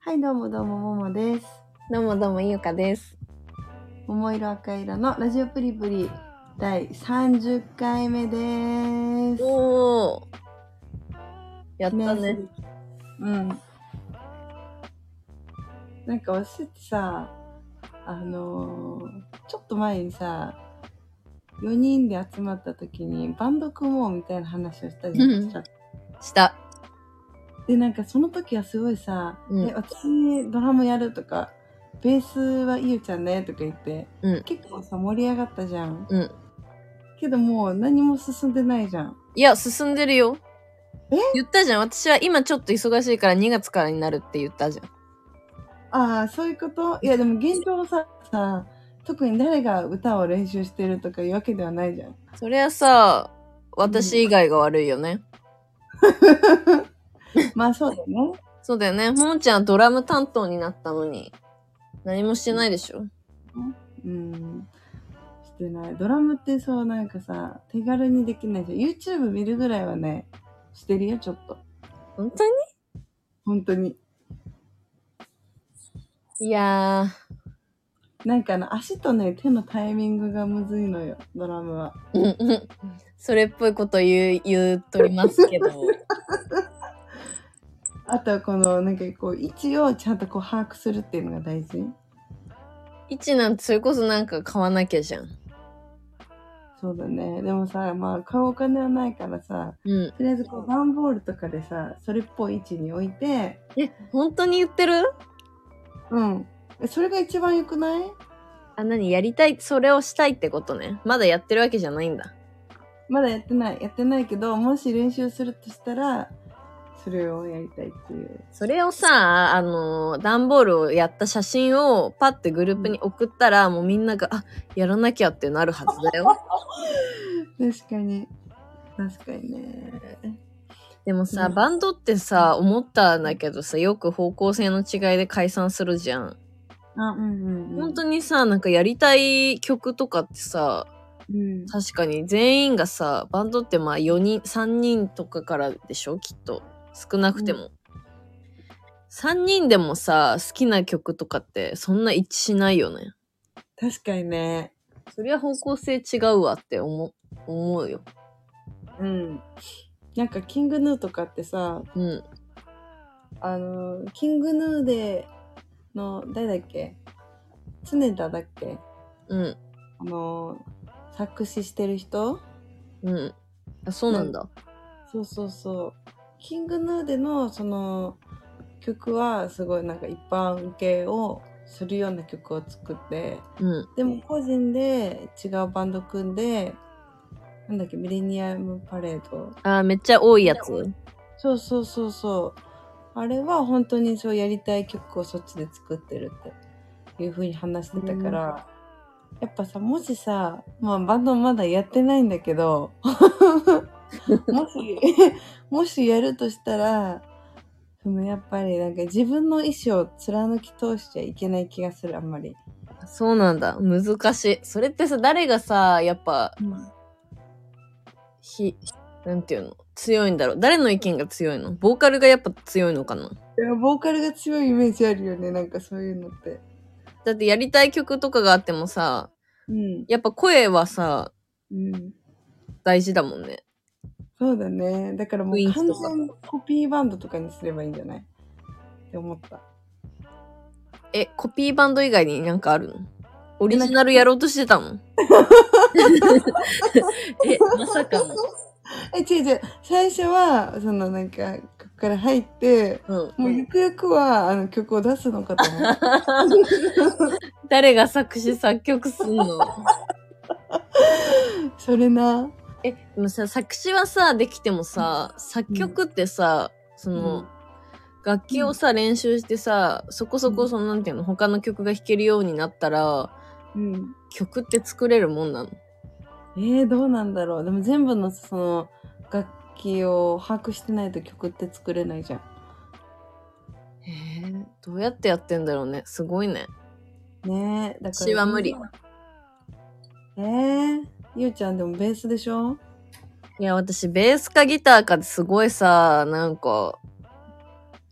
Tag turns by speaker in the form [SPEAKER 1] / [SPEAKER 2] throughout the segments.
[SPEAKER 1] はい、どうもどうも、ももです。
[SPEAKER 2] どうもどうも、ゆうかです。
[SPEAKER 1] 桃色赤色のラジオプリプリ第30回目です。
[SPEAKER 2] おお。やっ
[SPEAKER 1] 記
[SPEAKER 2] た
[SPEAKER 1] 念す。
[SPEAKER 2] ね
[SPEAKER 1] べき。うん。なんか私ってさ、あのーちょっと前にさ、4人で集まった時にバンド組もうみたいな話をしたじゃ
[SPEAKER 2] うんん。した。
[SPEAKER 1] で、なんかその時はすごいさ、
[SPEAKER 2] うん
[SPEAKER 1] え私ドラムやるとか、ベースはゆうちゃんねとか言って、
[SPEAKER 2] うん
[SPEAKER 1] 結構さ、盛り上がったじゃん。
[SPEAKER 2] うん。
[SPEAKER 1] けどもう何も進んでないじゃん。
[SPEAKER 2] いや、進んでるよ。
[SPEAKER 1] え
[SPEAKER 2] 言ったじゃん。私は今ちょっと忙しいから2月からになるって言ったじゃん。
[SPEAKER 1] ああ、そういうこといやでも現状さ、さ、特に誰が歌を練習してるとかいうわけではないじ ゃん。
[SPEAKER 2] そりゃさ、私以外が悪いよね。
[SPEAKER 1] まあそうだよね。
[SPEAKER 2] そうだよね。ももちゃんドラム担当になったのに、何もしてないでしょ。
[SPEAKER 1] うん。してない。ドラムってそうなんかさ、手軽にできないじゃん。YouTube 見るぐらいはね、してるよ、ちょっと。
[SPEAKER 2] 本当に
[SPEAKER 1] 本当に。
[SPEAKER 2] いや
[SPEAKER 1] なんかあの、足とね、手のタイミングがむずいのよ、ドラムは。
[SPEAKER 2] ー、うんうんそれっぽいこと言う、言うとります けど。
[SPEAKER 1] あとはこの、なんかこう、位置をちゃんとこう把握するっていうのが大事。
[SPEAKER 2] 位置なんてそれこそなんか買わなきゃじゃん。
[SPEAKER 1] そうだね。でもさ、まあ、買うお金はないからさ、
[SPEAKER 2] うん。
[SPEAKER 1] とりあえずこう、段ボールとかでさ、それっぽい位置に置いて、
[SPEAKER 2] え、本当に言ってる
[SPEAKER 1] うん。それが一番良くない
[SPEAKER 2] あ、何やりたい、それをしたいってことね。まだやってるわけじゃないんだ。
[SPEAKER 1] まだやってない。やってないけど、もし練習するとしたら、それをやりたいっていう。
[SPEAKER 2] それをさ、あの、段ボールをやった写真をパッてグループに送ったら、もうみんなが、あ、やらなきゃってなるはず だよ。
[SPEAKER 1] 確かに。確かにね。
[SPEAKER 2] でもさ、
[SPEAKER 1] うん
[SPEAKER 2] バンドってさ、思ったんだけどさ、よく方向性の違いで解散するじゃん。
[SPEAKER 1] あ、うんうん、うん。
[SPEAKER 2] 本当
[SPEAKER 1] に。
[SPEAKER 2] にさ、なんかやりたい曲とかってさ、
[SPEAKER 1] うん。
[SPEAKER 2] 確かに全員がさ、バンドってまあ4人、3人とかからでしょきっと。少なくても。3人でもさ、好きな曲とかってそんな一致しないよね。
[SPEAKER 1] 確かにね。
[SPEAKER 2] そりゃ方向性違うわって思う、思うよ。
[SPEAKER 1] うん。なんか、キングヌーとかってさ、
[SPEAKER 2] うん。
[SPEAKER 1] あの、キングヌーでの、誰だっけ常田だっけ
[SPEAKER 2] うん。
[SPEAKER 1] あの、作詞してる人
[SPEAKER 2] うん。あ、そうなんだ。
[SPEAKER 1] そうそうそう。キングヌーでの、その、曲は、すごいなんか一般受けをするような曲を作って、
[SPEAKER 2] うん。
[SPEAKER 1] でも個人で違うバンド組んで、なんだっけ、ミレニアムパレード
[SPEAKER 2] あー、めっちゃ多いやつ。
[SPEAKER 1] そうそうそうそう。あれは本当にそうやりたい曲をそっちで作ってるっていう風に話してたから、やっぱさ、もしさ、まあバンドまだやってないんだけど、もし、もしやるとしたら、そのやっぱりなんか自分の意思を貫き通しちゃいけない気がする、あんまり。
[SPEAKER 2] そうなんだ。難しい。それってさ、誰がさ、やっぱ、ひ、なんていうの強いんだろう。誰の意見が強いのボーカルがやっぱ強いのかない
[SPEAKER 1] やボーカルが強いイメージあるよね、なんかそういうのって。
[SPEAKER 2] だってやりたい曲とかがあってもさ、
[SPEAKER 1] うん。
[SPEAKER 2] やっぱ声はさ、
[SPEAKER 1] うん。
[SPEAKER 2] 大事だもんね。
[SPEAKER 1] そうだね。だからもう
[SPEAKER 2] 雰囲気
[SPEAKER 1] 完
[SPEAKER 2] とか
[SPEAKER 1] 全にコピーバンドとかにすればいいんじゃないって思った。
[SPEAKER 2] え、コピーバンド以外になんかあるのオリジナルやろうとしてたの え、まさかの。
[SPEAKER 1] え、違う違う。最初は、そのなんか、ここから入って、
[SPEAKER 2] うん。
[SPEAKER 1] もうゆくゆくは、あの曲を出すのかと思った。
[SPEAKER 2] 誰が作詞作曲すんの
[SPEAKER 1] それな。
[SPEAKER 2] え、でもさ、作詞はさ、できてもさ、作曲ってさ、その、
[SPEAKER 1] うん
[SPEAKER 2] 楽器をさ、練習してさ、そこそこ、その、なんていうの、他の曲が弾けるようになったら、
[SPEAKER 1] うん。
[SPEAKER 2] 曲って作れるもんなの
[SPEAKER 1] えー、どうなんだろう。でも全部のその、楽器を把握してないと曲って作れないじゃん。
[SPEAKER 2] へえどうやってやってんだろうね。すごいね。
[SPEAKER 1] ねえ、だから。
[SPEAKER 2] 私は無理。
[SPEAKER 1] えー、ゆうちゃんでもベースでしょ
[SPEAKER 2] いや、私、ベースかギターかですごいさ、なんか、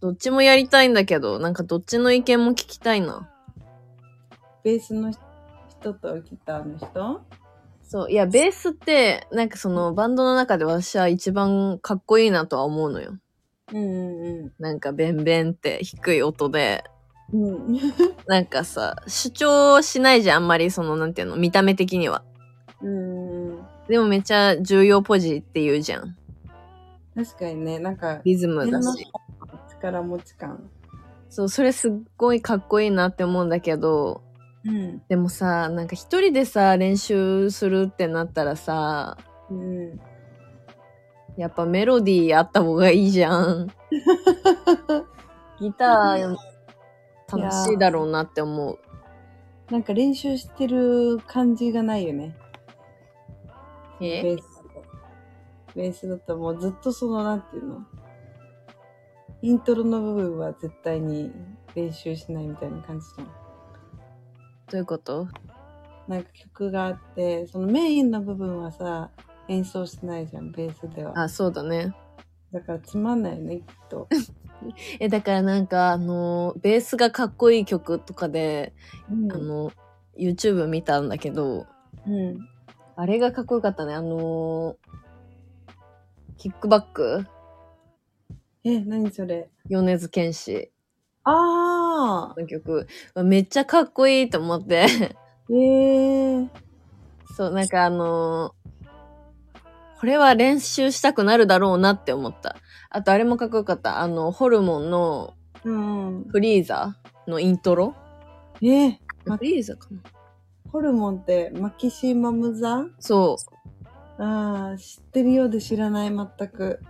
[SPEAKER 2] どっちもやりたいんだけど、なんかどっちの意見も聞きたいな。
[SPEAKER 1] ベースの人とギターの人
[SPEAKER 2] そう。いや、ベースって、なんかそのバンドの中で私は一番かっこいいなとは思うのよ。
[SPEAKER 1] うんうん
[SPEAKER 2] なんかベンベンって低い音で、
[SPEAKER 1] うん。
[SPEAKER 2] なんかさ、主張しないじゃん、あんまりその、なんていうの、見た目的には。
[SPEAKER 1] うん。うん。
[SPEAKER 2] でもめっちゃ重要ポジって言うじゃん。
[SPEAKER 1] 確かにね、なんか、
[SPEAKER 2] リズムだし。
[SPEAKER 1] 力持ち感。
[SPEAKER 2] そう、それすっごいかっこいいなって思うんだけど、
[SPEAKER 1] うん。
[SPEAKER 2] でもさ、なんか一人でさ、練習するってなったらさ、
[SPEAKER 1] うん。
[SPEAKER 2] やっぱメロディーあった方がいいじゃ ん。ギター楽しいだろうなって思う。
[SPEAKER 1] なんか練習してる感じがないよね。
[SPEAKER 2] え
[SPEAKER 1] ベースだと。ベースだともうずっとその、なんていうのイントロの部分は絶対に練習しないみたいな感じじゃん。
[SPEAKER 2] どういうこと
[SPEAKER 1] なんか曲があって、そのメインの部分はさ、演奏してないじゃん、ベースでは。
[SPEAKER 2] あ、そうだね。
[SPEAKER 1] だからつまんないよね、きっ と。
[SPEAKER 2] え、だからなんか、あの、ベースがかっこいい曲とかで、
[SPEAKER 1] うん
[SPEAKER 2] あの、YouTube 見たんだけど、
[SPEAKER 1] うん。
[SPEAKER 2] あれがかっこよかったね。あの、キックバック
[SPEAKER 1] え、何それ
[SPEAKER 2] 米津玄師
[SPEAKER 1] ああ
[SPEAKER 2] の曲。めっちゃかっこいいと思って。
[SPEAKER 1] えー、
[SPEAKER 2] そう、なんかあのーこれは練習したくなるだろうなって思った。あとあれもかっこよかった。あの、ホルモンの
[SPEAKER 1] うん。
[SPEAKER 2] フリーザのイントロ
[SPEAKER 1] えー、
[SPEAKER 2] フリーザかな
[SPEAKER 1] ホルモンってマキシマム座
[SPEAKER 2] そ
[SPEAKER 1] ああ、知ってるようで知らない、全く。
[SPEAKER 2] う。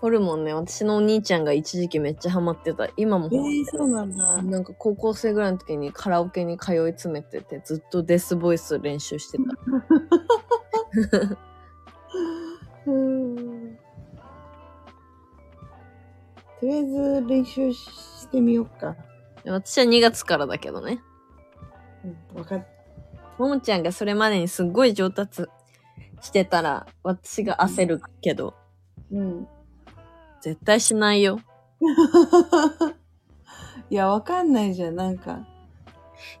[SPEAKER 2] ホルモンね、私のお兄ちゃんが一時期めっちゃハマってた。今も
[SPEAKER 1] え
[SPEAKER 2] ハマっ
[SPEAKER 1] ー、
[SPEAKER 2] て
[SPEAKER 1] そうなんだ
[SPEAKER 2] る。。なんか高校生ぐらいの時にカラオケに通い詰めてて、ずっとデスボイス練習してた。
[SPEAKER 1] うんとりあえず練習してみようか。
[SPEAKER 2] 私は2月からだけどね。
[SPEAKER 1] うん、わかっ
[SPEAKER 2] ももちゃんがそれまでにすっごい上達してたら、私が焦るけど。
[SPEAKER 1] うん。
[SPEAKER 2] 絶対しないよ。
[SPEAKER 1] いや、わかんないじゃん、なんか。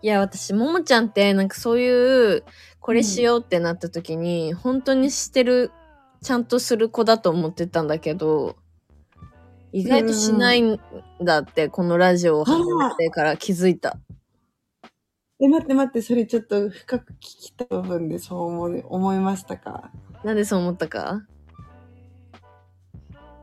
[SPEAKER 2] いや、私、ももちゃんって、なんかそういう、これしようってなった時に、本当にしてる、ちゃんとする子だと思ってたんだけど、意外としないんだって、このラジオを始めてから気づいた。
[SPEAKER 1] え、待って待って、それちょっと深く聞きた部分でそう思い思いましたか。
[SPEAKER 2] なんでそう思ったか、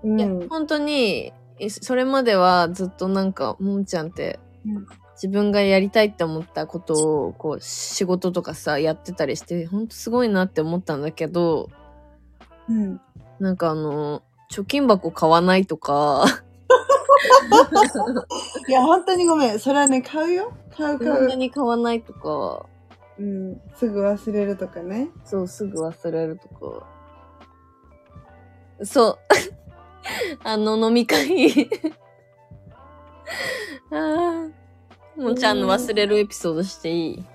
[SPEAKER 1] うん
[SPEAKER 2] いや、本当に、えそれまではずっとなんか、ももちゃんって
[SPEAKER 1] うん、
[SPEAKER 2] 自分がやりたいって思ったことを、こう、仕事とかさ、やってたりして、ほんとすごいなって思ったんだけど、
[SPEAKER 1] うん。
[SPEAKER 2] なんかあの、貯金箱買わないとか、
[SPEAKER 1] いや、本当にごめん。それはね、買うよ。買う買
[SPEAKER 2] 本当
[SPEAKER 1] う。
[SPEAKER 2] に買わないとか、
[SPEAKER 1] うん。すぐ忘れるとかね。
[SPEAKER 2] そう、すぐ忘れるとか。そう。 あの飲み会 ああ。もうちゃんの忘れるエピソードしていい。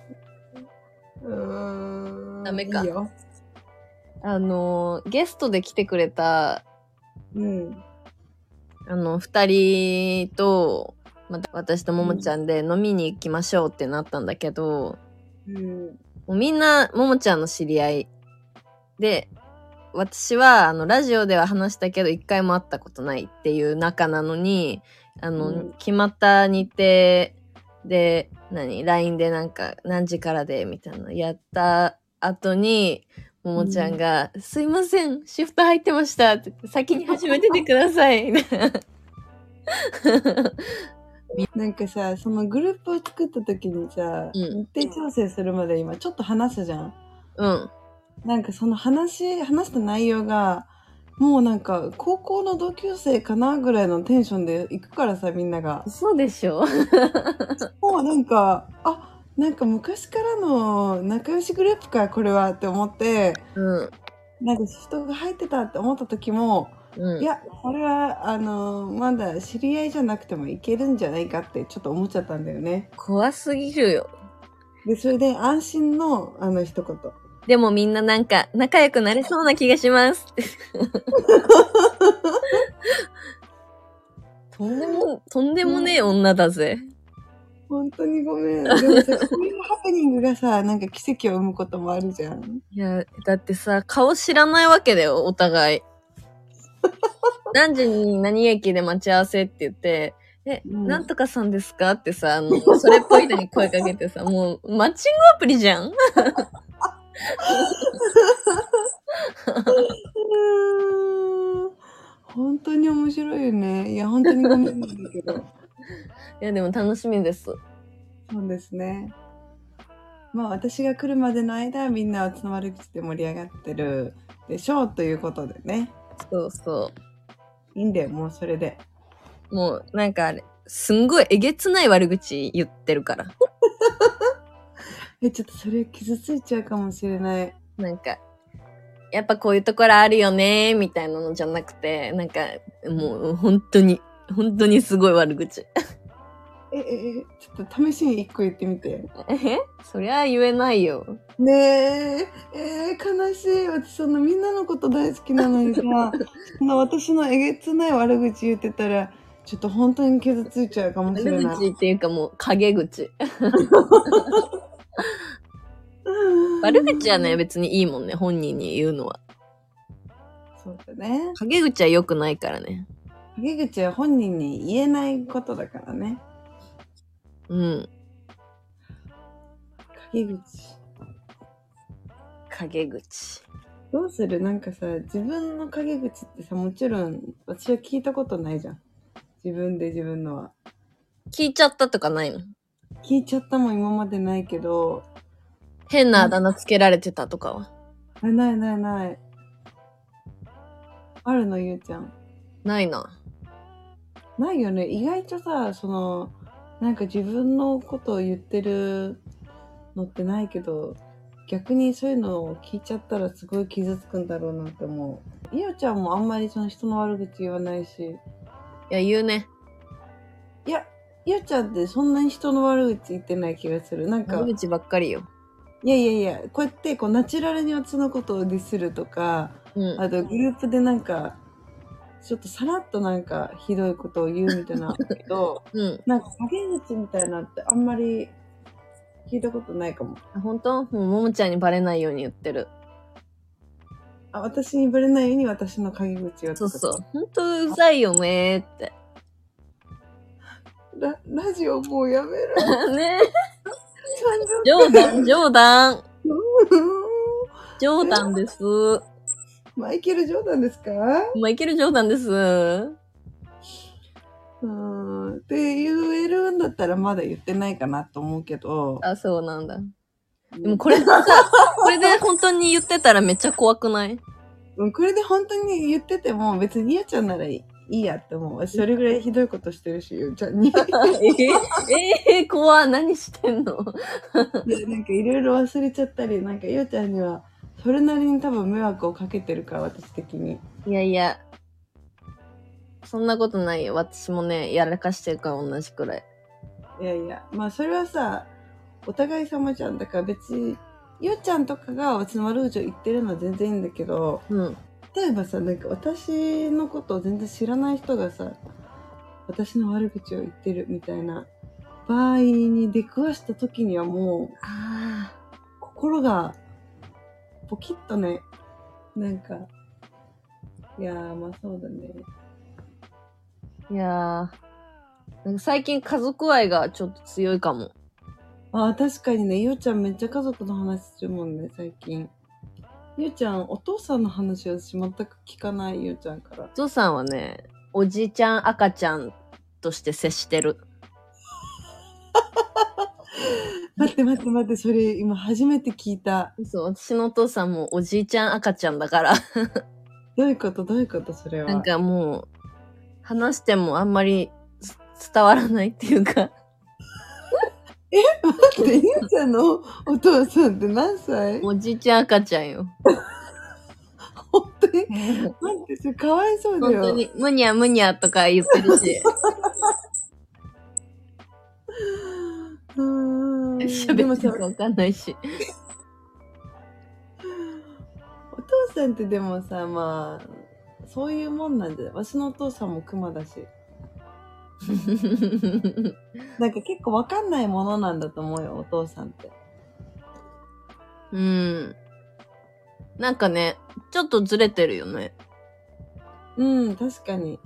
[SPEAKER 1] うーん。
[SPEAKER 2] ダメか
[SPEAKER 1] いいよ。
[SPEAKER 2] あの、ゲストで来てくれた、
[SPEAKER 1] うん。
[SPEAKER 2] あの、二人と、また私とももちゃんで飲みに行きましょうってなったんだけど、
[SPEAKER 1] うん。
[SPEAKER 2] もうみんな、ももちゃんの知り合い。で、私は、あの、ラジオでは話したけど、一回も会ったことないっていう仲なのに、あの、
[SPEAKER 1] うん
[SPEAKER 2] 決まった日程で、何 ?LINE でなんか、何時からで、みたいなのやった後に、ももちゃんが、すいません、シフト入ってましたって言って、先に始めててください。み たい
[SPEAKER 1] な
[SPEAKER 2] な
[SPEAKER 1] んかさ、そのグループを作った時にさ、
[SPEAKER 2] うん
[SPEAKER 1] 日程調整するまで今ちょっと話すじゃん。
[SPEAKER 2] うん。
[SPEAKER 1] なんかその話、話した内容が、もうなんか高校の同級生かなぐらいのテンションで行くからさ、みんなが。
[SPEAKER 2] そうでしょ
[SPEAKER 1] もうなんか、あ、なんか昔からの仲良しグループか、これはって思って、
[SPEAKER 2] うん。
[SPEAKER 1] なんか人が入ってたって思った時も、
[SPEAKER 2] うん。
[SPEAKER 1] いや、これは、あのまだ知り合いじゃなくてもいけるんじゃないかってちょっと思っちゃったんだよね。
[SPEAKER 2] 怖すぎるよ。
[SPEAKER 1] で、それで安心の、あの、一言。
[SPEAKER 2] でもみんななんか仲良くなれそうな気がします。とんでもん、とんでもねえ女だぜ。
[SPEAKER 1] 本当にごめん。でも さ、こういうハプニングがさ、なんか奇跡を生むこともあるじゃん。
[SPEAKER 2] いや、だってさ、顔知らないわけだよ、お 互い。何時に何駅で待ち合わせって言って、え、
[SPEAKER 1] うん
[SPEAKER 2] なんとかさんですかってさ、あの、それっぽいのに声かけて さ、もう、マッチングアプリじゃん
[SPEAKER 1] うーん本当に面白いよね。いや、本当にごめんなんだけ ど。
[SPEAKER 2] いや、でも楽しみです。
[SPEAKER 1] そうですね。まあ、私が来るまでの間、みんな集まる口で盛り上がってるでしょうということでね。
[SPEAKER 2] そうそ
[SPEAKER 1] いいんだよ、もうそれで。
[SPEAKER 2] う。もう、なんかあれ、すんごいえげつない悪口言ってるから。
[SPEAKER 1] え、ちょっとそれ傷ついちゃうかもしれない。
[SPEAKER 2] なんか、やっぱこういうところあるよねみたいなのじゃなくて、なんか、もう、本当に、本当にすごい悪口。
[SPEAKER 1] え、え、え、ちょっと試しに一個言ってみて。
[SPEAKER 2] えそりゃ言えないよ。
[SPEAKER 1] ねえ、えー悲しい。私、そのみんなのこと大好きなのに さ、その私のえげつない悪口言ってたら、ちょっと本当に傷ついちゃうかもしれ
[SPEAKER 2] 悪
[SPEAKER 1] ない。
[SPEAKER 2] 口っていうかもう陰口。
[SPEAKER 1] うん
[SPEAKER 2] 悪口はね、。別にいいもんね、本人に言うのは。
[SPEAKER 1] そうだね。
[SPEAKER 2] 陰口は良くないからね。
[SPEAKER 1] 陰口は本人に言えないことだからね。
[SPEAKER 2] うん。
[SPEAKER 1] 陰口。
[SPEAKER 2] 陰口。
[SPEAKER 1] どうするなんかさ、自分の陰口ってさ、もちろん私は聞いたことないじゃん。自分で自分のは。
[SPEAKER 2] 聞いちゃったとかないの
[SPEAKER 1] 聞いちゃったもん今までないけど、
[SPEAKER 2] 変なあだ名つけられてたとかは。
[SPEAKER 1] あないないない。あるの、ゆうちゃん。
[SPEAKER 2] ないな。
[SPEAKER 1] ないよね。意外とさ、その、なんか自分のことを言ってるのってないけど、逆にそういうのを聞いちゃったらすごい傷つくんだろうなって思う。いおちゃんもあんまりその人の悪口言わないし、
[SPEAKER 2] いや、言うね。
[SPEAKER 1] いや、いおちゃんってそんなに人の悪口言ってない気がする。なんか、
[SPEAKER 2] 悪口ばっかりよ。
[SPEAKER 1] いやいやいや、こうやってこうナチュラルに私のことをディスるとか、
[SPEAKER 2] うん。
[SPEAKER 1] あとグループでなんか、ちょっとさらっとなんかひどいことを言うみたいなのあるけ ど、
[SPEAKER 2] うん。
[SPEAKER 1] なんか陰口みたいなってあんまり聞いたことないかも。
[SPEAKER 2] あ本当もう、ももちゃんにバレないように言ってる。
[SPEAKER 1] あ私にぶれないように私の陰口を
[SPEAKER 2] そうそう。本当うざいよねー って。
[SPEAKER 1] ララジオもうやめろ。
[SPEAKER 2] ね冗
[SPEAKER 1] 誕生日
[SPEAKER 2] 談、冗談。
[SPEAKER 1] う
[SPEAKER 2] 冗談です。
[SPEAKER 1] ーん マイケル・ジョーダンですか
[SPEAKER 2] マイケル冗談です。
[SPEAKER 1] うーん。って言えるんだったらまだ言ってないかなと思うけど。
[SPEAKER 2] あ、そうなんだ。で
[SPEAKER 1] で
[SPEAKER 2] もこれがさ、これで本当に言ってたらめっちゃ怖くない
[SPEAKER 1] うん、これで本当に言ってても別にゆうちゃんならいいやって思う。私それぐらいひどいことしてるし、ゆうちゃんに。いや
[SPEAKER 2] ええ怖い何してんの
[SPEAKER 1] なんかいろいろ忘れちゃったり、なんかゆうちゃんにはそれなりに多分迷惑をかけてるから、私的に。
[SPEAKER 2] いやいや。そんなことないよ。私もね、やらかしてるから同じくらい。
[SPEAKER 1] いやいや、まあそれはさ、お互い様じゃん。だから別に、ゆうちゃんとかが私の悪口を言ってるのは全然いいんだけど、
[SPEAKER 2] うん。
[SPEAKER 1] 例えばさ、なんか私のことを全然知らない人がさ、私の悪口を言ってるみたいな場合に出くわした時にはもう、
[SPEAKER 2] ああ。
[SPEAKER 1] 心がポキッとねなんかいやーまあそうだね
[SPEAKER 2] いやー。なんか最近家族愛がちょっと強いかも。
[SPEAKER 1] あー確かにねゆうちゃんめっちゃ家族の話するもんね最近ゆうちゃんお父さんの話を私全く聞かないゆうちゃんから
[SPEAKER 2] お父さんはね、おじいちゃん、赤ちゃんとして接してる。
[SPEAKER 1] 待って待って待ってそれ今初めて聞いた
[SPEAKER 2] そう、私のお父さんもおじいちゃん、赤ちゃんだから。
[SPEAKER 1] どういうことどういうことそれは
[SPEAKER 2] なんかもう、話してもあんまりつ伝わらないっていうか、
[SPEAKER 1] 待ってゆうちゃんのお父さんって何歳
[SPEAKER 2] おじいちゃん赤ちゃんよ。
[SPEAKER 1] 本当に
[SPEAKER 2] 本
[SPEAKER 1] 待ってそれかわいそうだよ
[SPEAKER 2] 当に、むにゃむにゃとか言ってるし、
[SPEAKER 1] うーんで
[SPEAKER 2] 喋
[SPEAKER 1] も
[SPEAKER 2] って
[SPEAKER 1] さ
[SPEAKER 2] るかわかんないし。
[SPEAKER 1] お父さんってでもさまあそういうもんなんじゃないわしのお父さんもクマだしなんか結構わかんないものなんだと思うよ、お父さんって。
[SPEAKER 2] うん。なんかね、ちょっとずれてるよね。
[SPEAKER 1] うん、確かに。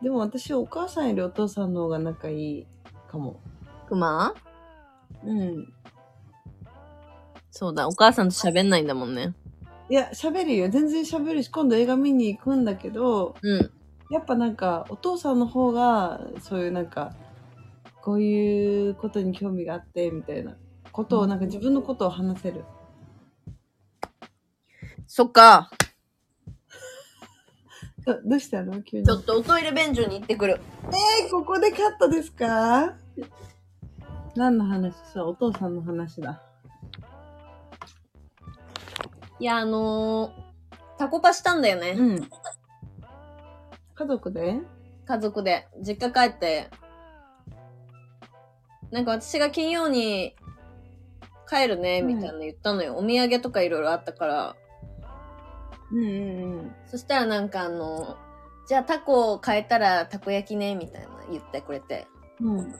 [SPEAKER 1] でも私、お母さんよりお父さんの方が仲いいかも。
[SPEAKER 2] 熊
[SPEAKER 1] うん。
[SPEAKER 2] そうだ、お母さんと喋んないんだもんね。
[SPEAKER 1] いや、喋るよ。全然喋るし、今度映画見に行くんだけど、
[SPEAKER 2] うん。
[SPEAKER 1] やっぱなんか、お父さんの方が、そういうなんか、こういうことに興味があって、みたいなことを、なんか自分のことを話せる。
[SPEAKER 2] そっか。
[SPEAKER 1] どどうしたの急に。
[SPEAKER 2] ちょっとおトイレ便所に行ってくる。
[SPEAKER 1] えここでカットですか何の話そう、お父さんの話だ。
[SPEAKER 2] いや、あのー、タコパしたんだよね。
[SPEAKER 1] うん。家族で
[SPEAKER 2] 家族で。実家帰って。なんか私が金曜に帰るね、みたいなの言ったのよ。お土産とかいろいろあったから。
[SPEAKER 1] うんうんうん。
[SPEAKER 2] そしたらなんかあの、じゃあタコを変えたらたこ焼きね、みたいな言ってくれて。
[SPEAKER 1] うん。
[SPEAKER 2] で、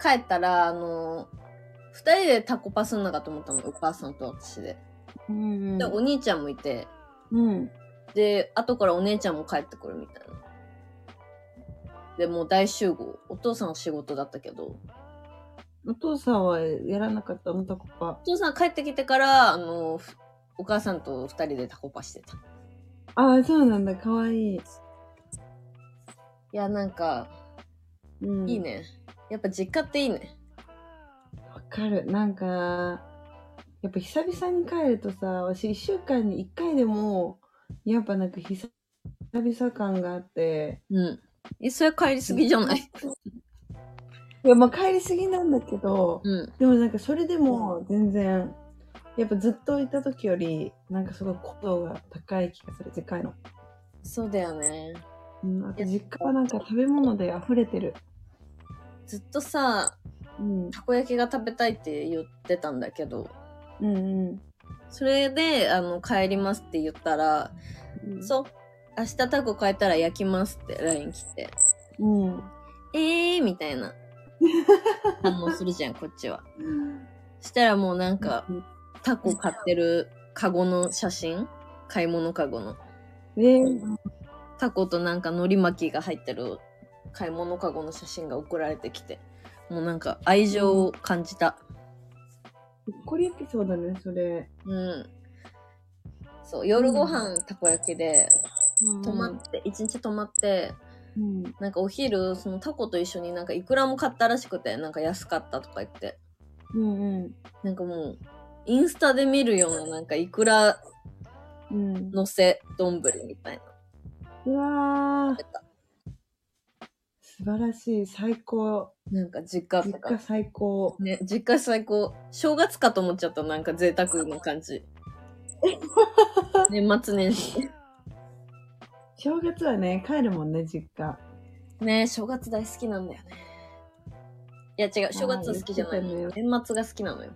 [SPEAKER 2] 帰ったら、あの、二人でタコパすんのかと思ったの、お母さんと私で。
[SPEAKER 1] うん
[SPEAKER 2] で、お兄ちゃんもいて、
[SPEAKER 1] うん。
[SPEAKER 2] で、後からお姉ちゃんも帰ってくるみたいな。で、もう大集合。お父さんは仕事だったけど、お
[SPEAKER 1] お父さんはやらなかったのタコパ。
[SPEAKER 2] 父さん帰ってきてから、あの、ふお母さんと二人でタコパしてた。い
[SPEAKER 1] ああ、そうなんだ。かわいい。
[SPEAKER 2] や、なんか、
[SPEAKER 1] うん
[SPEAKER 2] いい。ね。やっぱ実家っていいね。
[SPEAKER 1] わかる。なんか、やっぱ久々に帰るとさ、私一週間に一回でも、やっぱなんか久々感があって、
[SPEAKER 2] うん。え、それ帰りすぎじゃない
[SPEAKER 1] いや、まあ帰りすぎなんだけど、
[SPEAKER 2] うん。
[SPEAKER 1] でもなんかそれでも全然、やっぱずっといた時より、なんかすごい高度が高い気がする、でかいの。
[SPEAKER 2] そうだよね。
[SPEAKER 1] うん、あと実家はなんか食べ物で溢れてる。
[SPEAKER 2] ずっとさ、
[SPEAKER 1] うん。
[SPEAKER 2] たこ焼きが食べたいって言ってたんだけど、
[SPEAKER 1] うんうん
[SPEAKER 2] それで、あの、帰りますって言ったら、
[SPEAKER 1] うん。
[SPEAKER 2] そう、明日タコ変えたら焼きますって LINE 来て、
[SPEAKER 1] うん。
[SPEAKER 2] えーみたいな反応するじゃん、こっ ちは。したらもうなんか、タコ買ってるカゴの写真買い物カゴの。
[SPEAKER 1] で、
[SPEAKER 2] タコとなんか海苔巻きが入ってる買い物カゴの写真が送られてきて、もうなんか愛情を感じた。
[SPEAKER 1] ほっこりエピソードね、それ。
[SPEAKER 2] うん。そう、夜ご飯たこ焼きで、泊まって、一日泊まって、
[SPEAKER 1] うん。
[SPEAKER 2] なんかお昼、そのタコと一緒になんかいくらも買ったらしくて、なんか安かったとか言って、
[SPEAKER 1] うんうん。
[SPEAKER 2] なんかもう、インスタで見るようななんかいくら
[SPEAKER 1] うん。
[SPEAKER 2] のせ丼みたいな。
[SPEAKER 1] うわー。素晴らしい。最高。
[SPEAKER 2] なんか実家
[SPEAKER 1] 実
[SPEAKER 2] と
[SPEAKER 1] 家
[SPEAKER 2] か。
[SPEAKER 1] 最高。
[SPEAKER 2] ね、実家最高。正月かと思っちゃった、なんか贅沢な感じ。年末年始。
[SPEAKER 1] 正月はね、帰るもんね、実家。
[SPEAKER 2] ね正月大好きなんだよね。いや違う、正月は好きじゃない。
[SPEAKER 1] あー言
[SPEAKER 2] 年
[SPEAKER 1] って
[SPEAKER 2] 末が好きなのよ。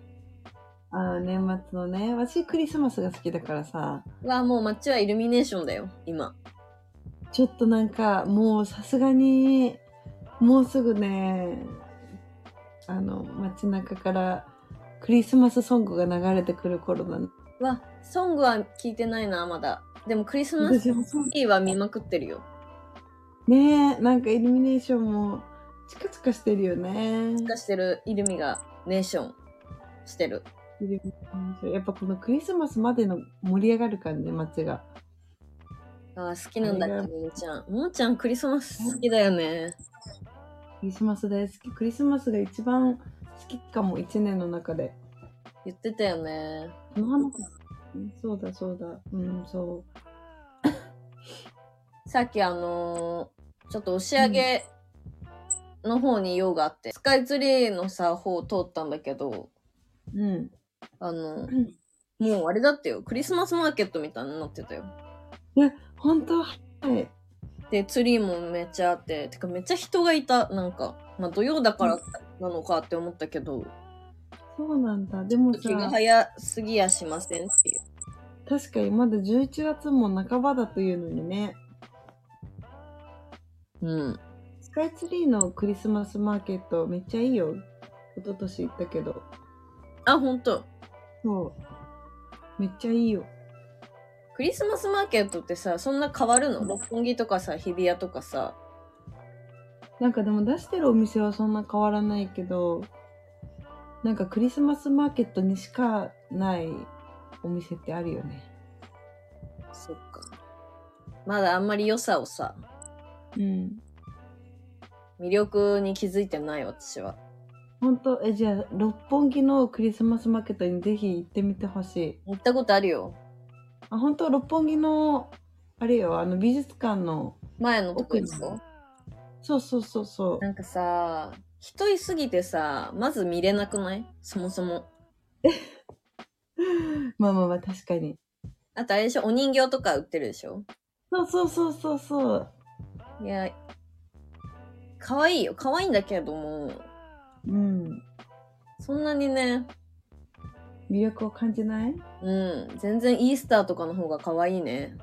[SPEAKER 1] ああ、年末のね。私、クリスマスが好きだからさ。
[SPEAKER 2] わあ、もう街はイルミネーションだよ、今。
[SPEAKER 1] ちょっとなんか、もうさすがに、もうすぐね、あの、街中からクリスマスソングが流れてくる頃だね。
[SPEAKER 2] わ、ソングは聞いてないな、まだ。でもクリスマス
[SPEAKER 1] 私もそう
[SPEAKER 2] ツリーは見まくってるよ。
[SPEAKER 1] ねえ、なんかイルミネーションもチカチカしてるよね。
[SPEAKER 2] 化してるイルミがネーションしてる。
[SPEAKER 1] イルミネーションやっぱこのクリスマスまでの盛り上がる感じ、街が。
[SPEAKER 2] あー好きなんだっ
[SPEAKER 1] あ
[SPEAKER 2] け、
[SPEAKER 1] れが
[SPEAKER 2] ももちゃん。ももちゃんクリスマス好きだよね。
[SPEAKER 1] クリスマス大好き。クリスマスが一番好きかも、一年の中で。
[SPEAKER 2] 言ってたよね。
[SPEAKER 1] この話そうだそうだ。うん、そ
[SPEAKER 2] さっきあのーちょっと押し上げの方に用があって、スカイツリーのさ、方を通ったんだけど、
[SPEAKER 1] う。うん。
[SPEAKER 2] あの
[SPEAKER 1] ん
[SPEAKER 2] もうあれだってよ、クリスマスマーケットみたいになってたよ。
[SPEAKER 1] 本当はい。
[SPEAKER 2] で、ツリーもめっちゃあって、てかめっちゃ人がいた、なんか、まあ土曜だからなのかって思ったけど、
[SPEAKER 1] そうなんだ。でもさ
[SPEAKER 2] 気、が早すぎやしませんっていう。
[SPEAKER 1] 確かにまだ11月も半ばだというのにね。
[SPEAKER 2] うん。
[SPEAKER 1] スカイツリーのクリスマスマーケットめっちゃいいよ。一昨年行ったけど。
[SPEAKER 2] あ、ほんと。
[SPEAKER 1] そう。めっちゃいいよ。
[SPEAKER 2] クリスマスマーケットってさ、そんな変わるの六本木とかさ、日比谷とかさ。
[SPEAKER 1] なんかでも出してるお店はそんな変わらないけど、なんかクリスマスマーケットにしかないお店ってあるよね。
[SPEAKER 2] そっか。まだあんまり良さをさ、
[SPEAKER 1] うん。
[SPEAKER 2] 魅力に気づいてない私は。
[SPEAKER 1] 本当え、じゃあ、六本木のクリスマスマーケットにぜひ行ってみてほしい。
[SPEAKER 2] 行ったことあるよ。
[SPEAKER 1] あ、本当六本木の、あれよ、あの美術館の、
[SPEAKER 2] 前のとこ行く
[SPEAKER 1] 奥
[SPEAKER 2] よ
[SPEAKER 1] に。そうそうそうそう。
[SPEAKER 2] なんかさ、人いすぎてさ、まず見れなくないそもそも。
[SPEAKER 1] まあまあまあ、確かに。
[SPEAKER 2] あとあれでしょお人形とか売ってるでしょ
[SPEAKER 1] そうそうそうそうそう。
[SPEAKER 2] いや、可愛いよ。可愛いんだけども、
[SPEAKER 1] うん。
[SPEAKER 2] そんなにね、
[SPEAKER 1] 魅力を感じない
[SPEAKER 2] うん、全然イースターとかの方が可愛いね。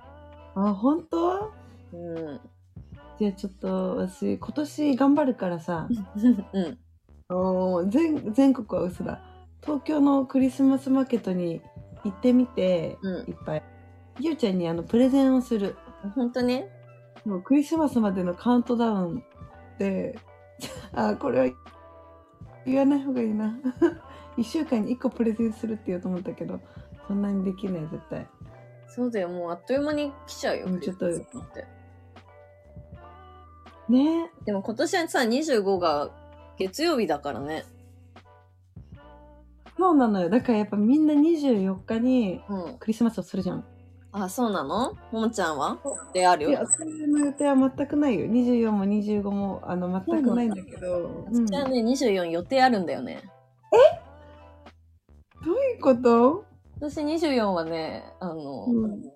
[SPEAKER 1] あ、本当
[SPEAKER 2] うん。
[SPEAKER 1] じゃあちょっと私、今年頑張るからさ、
[SPEAKER 2] うん。
[SPEAKER 1] おー全全国は嘘だ。東京のクリスマスマーケットに行ってみて、
[SPEAKER 2] うん。
[SPEAKER 1] いっぱい。ゆうちゃんにあのプレゼンをする。
[SPEAKER 2] 本当ね。
[SPEAKER 1] もうクリスマスまでのカウントダウンで、 あ、これは言わない方がいいな。1週間に1個プレゼンするって言おうと思ったけど、そんなにできない、絶対。
[SPEAKER 2] そうだよ。もうあっという間に来ちゃうよ。
[SPEAKER 1] うんちょっと
[SPEAKER 2] クリスマスって
[SPEAKER 1] ねえ。
[SPEAKER 2] でも今年はさ、25が月曜日だからね。
[SPEAKER 1] そうなのよ。だからやっぱみんな24日に
[SPEAKER 2] うん。
[SPEAKER 1] クリスマスをするじゃん。
[SPEAKER 2] あ、そうなのももちゃんはである
[SPEAKER 1] い
[SPEAKER 2] よ
[SPEAKER 1] や、。それの予定は全くないよ。24も25もあの全くないんだけど。うん
[SPEAKER 2] じゃあね、24予定あるんだよね。
[SPEAKER 1] どういうこと
[SPEAKER 2] 私24はね、あの、
[SPEAKER 1] うん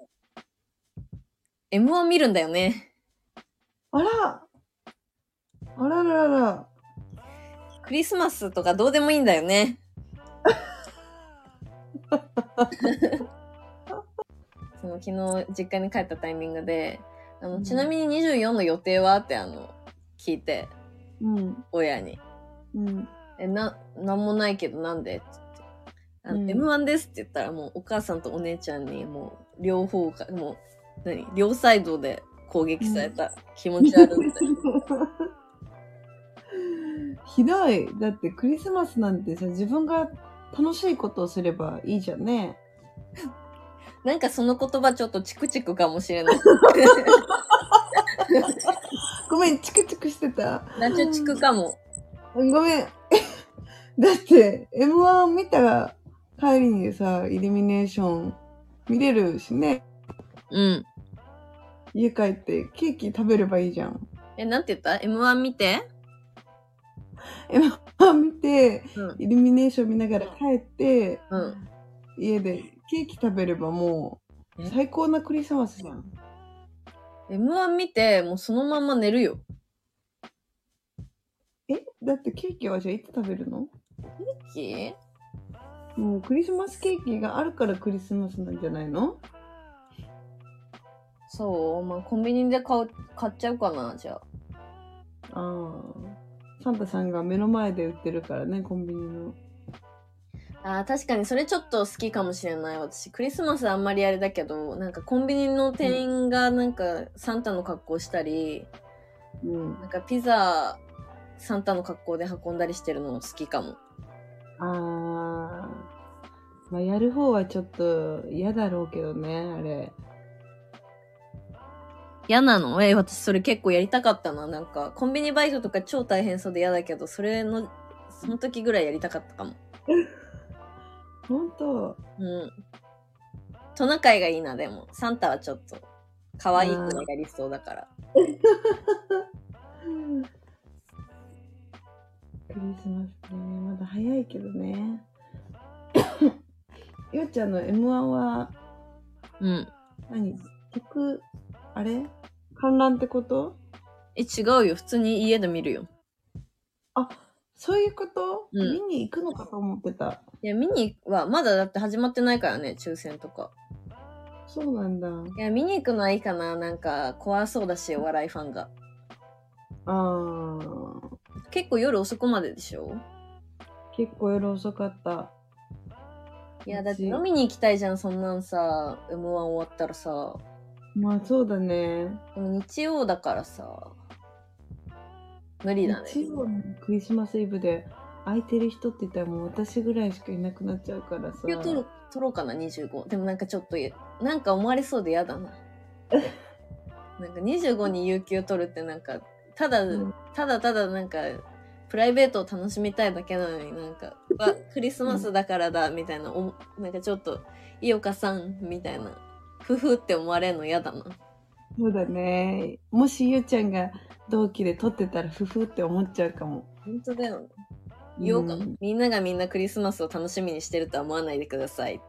[SPEAKER 2] M1 見るんだよね。
[SPEAKER 1] あらあらららら。
[SPEAKER 2] クリスマスとかどうでもいいんだ よね。その昨日実家に帰ったタイミングで、あの、
[SPEAKER 1] うん
[SPEAKER 2] ちなみに24の予定はってあの、聞いて、
[SPEAKER 1] うん。
[SPEAKER 2] 親に。
[SPEAKER 1] うん。
[SPEAKER 2] え、な、なんもないけどなんでって言ってあの、
[SPEAKER 1] うん
[SPEAKER 2] M1 ですって言ったらもうお母さんとお姉ちゃんにもう両方か、もう、何両サイドで攻撃された、気持ち 悪いみたいな。
[SPEAKER 1] ひどい。だってクリスマスなんてさ、自分が楽しいことをすればいいじゃんね。
[SPEAKER 2] なんかその言葉ちょっとチクチクかも しれない。
[SPEAKER 1] ごめん、チクチクしてた。
[SPEAKER 2] ナチュチクかも。
[SPEAKER 1] ごめん。 だって、M1 見たら帰りにさ、イルミネーション見れるしね。
[SPEAKER 2] うん。
[SPEAKER 1] 家帰ってケーキ食べればいいじゃん。
[SPEAKER 2] え、なんて言った ?M1 見て
[SPEAKER 1] M1 見て、
[SPEAKER 2] うん。
[SPEAKER 1] イルミネーション見ながら帰って、
[SPEAKER 2] うん。
[SPEAKER 1] 家でケーキ食べればもう
[SPEAKER 2] え
[SPEAKER 1] 最高なクリスマスじゃん。
[SPEAKER 2] M1 見て、もうそのまんま寝るよ。
[SPEAKER 1] えだってケーキはじゃあいつ食べるの
[SPEAKER 2] え
[SPEAKER 1] もうクリスマスケーキがあるからクリスマスなんじゃないの
[SPEAKER 2] そう、まあコンビニで買う買っちゃうかな、じゃあ。
[SPEAKER 1] ああ。サンタさんが目の前で売ってるからね、コンビニの。
[SPEAKER 2] あー確かにそれちょっと好きかもしれない私クリスマスあんまりあれだけどなんかコンビニの店員がなんかサンタの格好したり、
[SPEAKER 1] うん。
[SPEAKER 2] なんかピザサンタの格好で運んだりしてるの好きかも
[SPEAKER 1] あー、まあ、やる方はちょっと嫌だろうけどね、あれ。
[SPEAKER 2] 嫌なのえ私それ結構やりたかったななんかコンビニバイトとか超大変そうで嫌だけどそれのその時ぐらいやりたかったかも
[SPEAKER 1] ほんと。
[SPEAKER 2] うんトナカイがいいなでもサンタはちょっと可愛いくやりそうだから
[SPEAKER 1] クリスマスね、まだ早いけどね。 よっちゃんの M1 は
[SPEAKER 2] うん
[SPEAKER 1] 何、曲、あれ観覧ってこと
[SPEAKER 2] え違うよ普通に家で見るよ
[SPEAKER 1] あ、そういうこと、
[SPEAKER 2] うん
[SPEAKER 1] 見に行くのかと思ってた。
[SPEAKER 2] いや、見には、まだだって始まってないからね、抽選とか。
[SPEAKER 1] そうなんだ。
[SPEAKER 2] いや、見に行くのはいいかな、なんか、怖そうだし、お笑いファンが。
[SPEAKER 1] ああ。
[SPEAKER 2] 結構夜遅くまででしょ
[SPEAKER 1] 結構夜遅かった。
[SPEAKER 2] いや、だって
[SPEAKER 1] うち
[SPEAKER 2] 飲みに行きたいじゃん、そんなんさ、M1 終わったらさ。
[SPEAKER 1] まあそうだね。
[SPEAKER 2] でも日曜だからさ、無理だね。
[SPEAKER 1] 一応クリスマスイブで空いてる人って言ったらもう私ぐらいしかいなくなっちゃうからさ。
[SPEAKER 2] 今日取ろ取ろうかな、25。でもなんかちょっとや、なんか思われそうで嫌だ な。なんか25に有給取るってなんか、ただ、
[SPEAKER 1] うん
[SPEAKER 2] ただただなんか、プライベートを楽しみたいだけなのになんか、う わ、クリスマスだからだ、みたいな、おなんかちょっと、井岡さん、みたいな、ふふって思われるの嫌だな。
[SPEAKER 1] そうだね。もしゆうちゃんが同期で取ってたらふふって思っちゃうかも。
[SPEAKER 2] 本当だよね。言おうか
[SPEAKER 1] うん
[SPEAKER 2] みんながみんなクリスマスを楽しみにしてるとは思わないでください。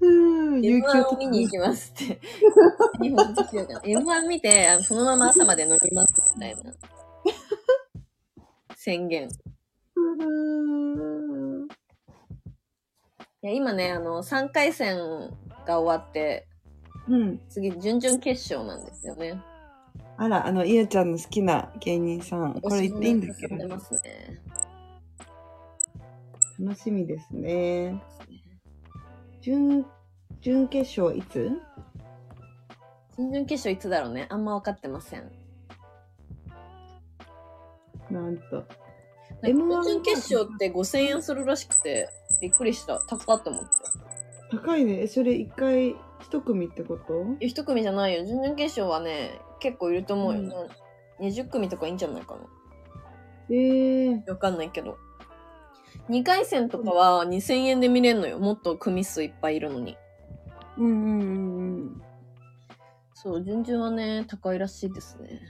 [SPEAKER 1] うん。有
[SPEAKER 2] M1
[SPEAKER 1] 給
[SPEAKER 2] を見に行
[SPEAKER 1] 取
[SPEAKER 2] きます って。日本人強いから M1 見て、あのそのまま朝まで飲みますみたい な。宣言。い
[SPEAKER 1] うん
[SPEAKER 2] や、今ね、あの、3回戦が終わって、
[SPEAKER 1] うん。
[SPEAKER 2] 次、準々決勝なんですよね。
[SPEAKER 1] あら、あの、ゆうちゃんの好きな芸人さん。これ言っていいんだっけ
[SPEAKER 2] お知ら
[SPEAKER 1] ど
[SPEAKER 2] せされてますね。
[SPEAKER 1] 楽しみですね。準、準決勝いつ
[SPEAKER 2] 準々決勝いつだろうね。あんま分かってません。
[SPEAKER 1] なんと。
[SPEAKER 2] 準
[SPEAKER 1] M1 は
[SPEAKER 2] 々決勝って5000円するらしくて、びっくりした。高っと思って。
[SPEAKER 1] 高いね。えそれ一回一組ってこと
[SPEAKER 2] いや一組じゃないよ準々決勝はね結構いると思うよ、
[SPEAKER 1] うん
[SPEAKER 2] 二20組とかいいんじゃないかな
[SPEAKER 1] えー、
[SPEAKER 2] わかんないけど2回戦とかは2000円で見れんのよもっと組数いっぱいいるのに
[SPEAKER 1] うんうんうんうん。
[SPEAKER 2] そう準々はね高いらしいですね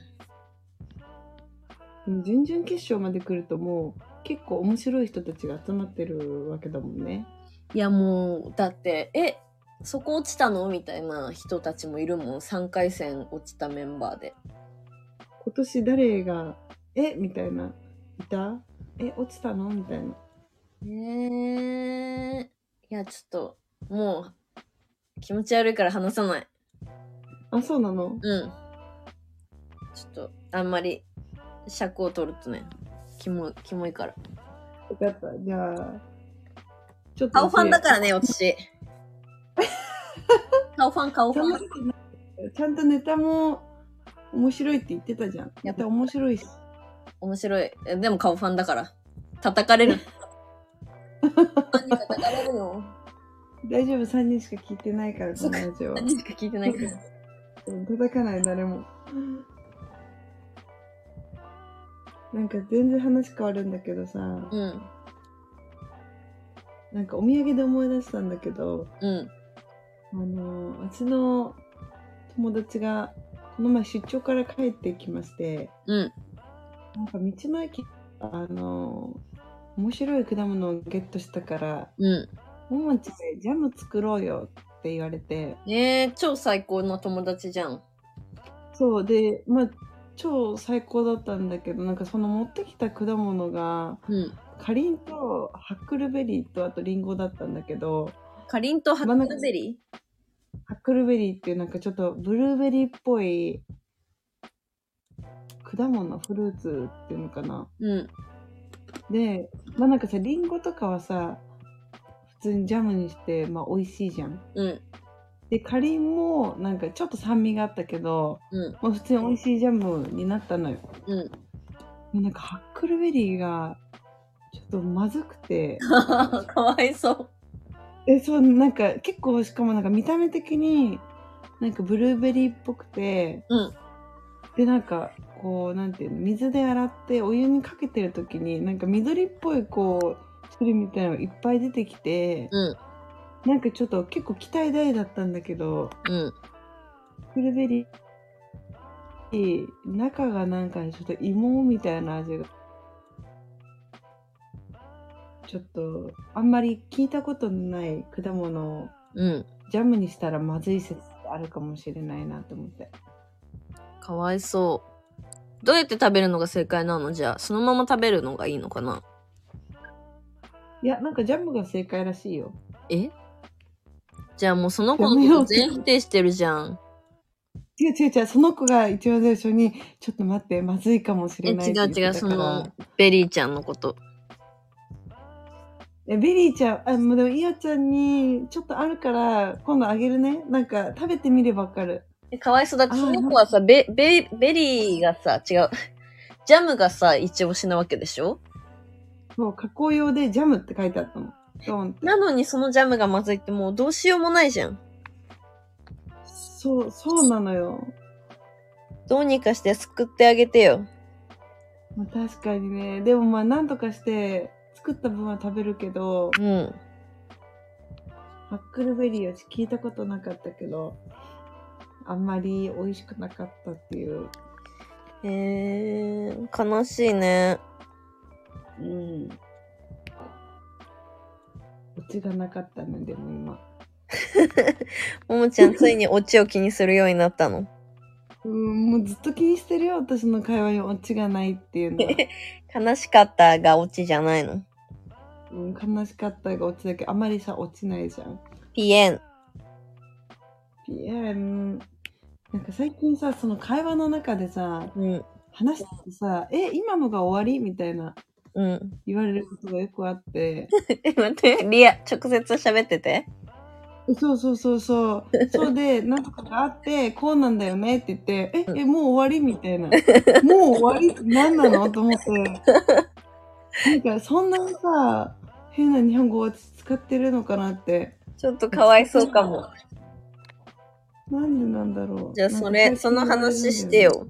[SPEAKER 1] でも準々決勝まで来るともう結構面白い人たちが集まってるわけだもんね。
[SPEAKER 2] いやもうだってえそこ落ちたのみたいな人たちもいるもん3回戦落ちたメンバーで
[SPEAKER 1] 今年誰が、えみたいな。いたえ落ちたのみたいな。
[SPEAKER 2] えー、いやちょっともう気持ち悪いから話さない
[SPEAKER 1] あ、そうなの
[SPEAKER 2] うん。ちょっと、あんまり、尺を取るとね、キモい、キモいから。
[SPEAKER 1] よかった。じゃあ、ちょっと。
[SPEAKER 2] 顔ファンだからね、 私。顔ファン、顔
[SPEAKER 1] ち
[SPEAKER 2] フ
[SPEAKER 1] ゃん
[SPEAKER 2] ァ
[SPEAKER 1] と
[SPEAKER 2] ン。
[SPEAKER 1] ちゃんとネタも面白いって言ってたじゃん。
[SPEAKER 2] や
[SPEAKER 1] ネ
[SPEAKER 2] っぱ
[SPEAKER 1] タ面白いし。
[SPEAKER 2] 面白い。えでも顔ファンだから。叩かれる。何叩かれるよ。
[SPEAKER 1] 大丈夫、3人しか聞いてないから、こ
[SPEAKER 2] そ
[SPEAKER 1] の
[SPEAKER 2] っか
[SPEAKER 1] ラジオは。
[SPEAKER 2] 何しか聞いてないけど。
[SPEAKER 1] 叩かない誰もなんか全然話変わるんだけどさ
[SPEAKER 2] うん。
[SPEAKER 1] なんかお土産で思い出したんだけど
[SPEAKER 2] うん。
[SPEAKER 1] あのうちの友達がこの前出張から帰ってきまして
[SPEAKER 2] うん。
[SPEAKER 1] なんか道の駅あの面白い果物をゲットしたから
[SPEAKER 2] う
[SPEAKER 1] 「ももちでジャム作ろうよ」って言われて
[SPEAKER 2] ん。えー、超最高な友達じゃん。
[SPEAKER 1] そうでまあ超最高だったんだけどなんかその持ってきた果物が
[SPEAKER 2] うん。
[SPEAKER 1] かりんとハックルベリーとあとリンゴだったんだけど
[SPEAKER 2] かりんとハッカゼリ
[SPEAKER 1] ハックルベリーっていうなんかちょっとブルーベリーっぽい果物フルーツっていうのかな
[SPEAKER 2] ーうん。
[SPEAKER 1] でまあなんかさリンゴとかはさ普通にジャムにしてまあ美味しいじゃん
[SPEAKER 2] うん。
[SPEAKER 1] でかりんもなんかちょっと酸味があったけど、
[SPEAKER 2] うん。
[SPEAKER 1] まあ、普通に美味しいジャムになったのよ
[SPEAKER 2] うん。
[SPEAKER 1] もうなんかハックルベリーがちょっとまずくて
[SPEAKER 2] かわいそう。
[SPEAKER 1] えそうなんか結構しかもなんか見た目的になんかブルーベリーっぽくて、
[SPEAKER 2] うん
[SPEAKER 1] でなんかこうなんていうの水で洗ってお湯にかけてる時になんか緑っぽいこう汁みたいなのがいっぱい出てきて、
[SPEAKER 2] うん
[SPEAKER 1] なんかちょっと結構期待大だったんだけど
[SPEAKER 2] うん。
[SPEAKER 1] ブルーベリー中がなんかちょっと芋みたいな味がちょっとあんまり聞いたことのない果物を
[SPEAKER 2] うん。
[SPEAKER 1] ジャムにしたらまずい説あるかもしれないなと思って。
[SPEAKER 2] かわいそう。どうやって食べるのが正解なのじゃあ、そのまま食べるのがいいのかない
[SPEAKER 1] や、なんかジャムが正解らしいよ。
[SPEAKER 2] えじゃあもうその子のこと全否定してるじゃん。
[SPEAKER 1] 違う違う違う、その子が一番最初に、ちょっと待って、まずいかもしれない
[SPEAKER 2] え違う
[SPEAKER 1] って言ってたから
[SPEAKER 2] 違うその。ベリーちゃんのこと。
[SPEAKER 1] え、ベリーちゃん、あ、もうでも、いやちゃんに、ちょっとあるから、今度あげるね。なんか、食べてみればわかる。
[SPEAKER 2] えかわいそうだって、
[SPEAKER 1] あー
[SPEAKER 2] その子はさ、ベ、ベ、ベリーがさ、違う。ジャムがさ、一押しなわけでしょ
[SPEAKER 1] もう、加工用でジャムって書いてあったもん。ドンって。
[SPEAKER 2] なのにそのジャムがまずいってもうどうしようもないじゃん。
[SPEAKER 1] そう、そうなのよ。
[SPEAKER 2] どうにかして救ってあげてよ。
[SPEAKER 1] まあ、確かにね。でもまあ、なんとかして、作った分は食べるけど、
[SPEAKER 2] うん。
[SPEAKER 1] マックルベリーは聞いたことなかったけど、あんまり美味しくなかったっていう。
[SPEAKER 2] へえー、悲しいね。
[SPEAKER 1] うん。オチがなかったのでも今。
[SPEAKER 2] ももちゃん、ついにオチを気にするようになったの。
[SPEAKER 1] うん、もうずっと気にしてるよ、私の会話にオチがないっていうのは。
[SPEAKER 2] 悲しかったがオチじゃないの。
[SPEAKER 1] うん、悲しかったがオチだけど、あまりさ、落ちないじゃん。
[SPEAKER 2] ピエン。
[SPEAKER 1] いや、うん。なんか最近さ、その会話の中でさ、
[SPEAKER 2] うん。
[SPEAKER 1] 話しててさ、え、今のが終わりみたいな
[SPEAKER 2] うん。
[SPEAKER 1] 言われることがよくあって、
[SPEAKER 2] え、待って、リア、直接喋ってて。
[SPEAKER 1] そうそうそうそう。そうで、なんとかがあって、こうなんだよねって言って、え、え、もう終わりみたいな。もう終わりって何なのと思って。なんか、そんなにさ、変な日本語を使ってるのかなって。
[SPEAKER 2] ちょっとかわいそうかも。
[SPEAKER 1] なんでなんだろう。
[SPEAKER 2] じゃあ、それ、その話して
[SPEAKER 1] なんか
[SPEAKER 2] よ。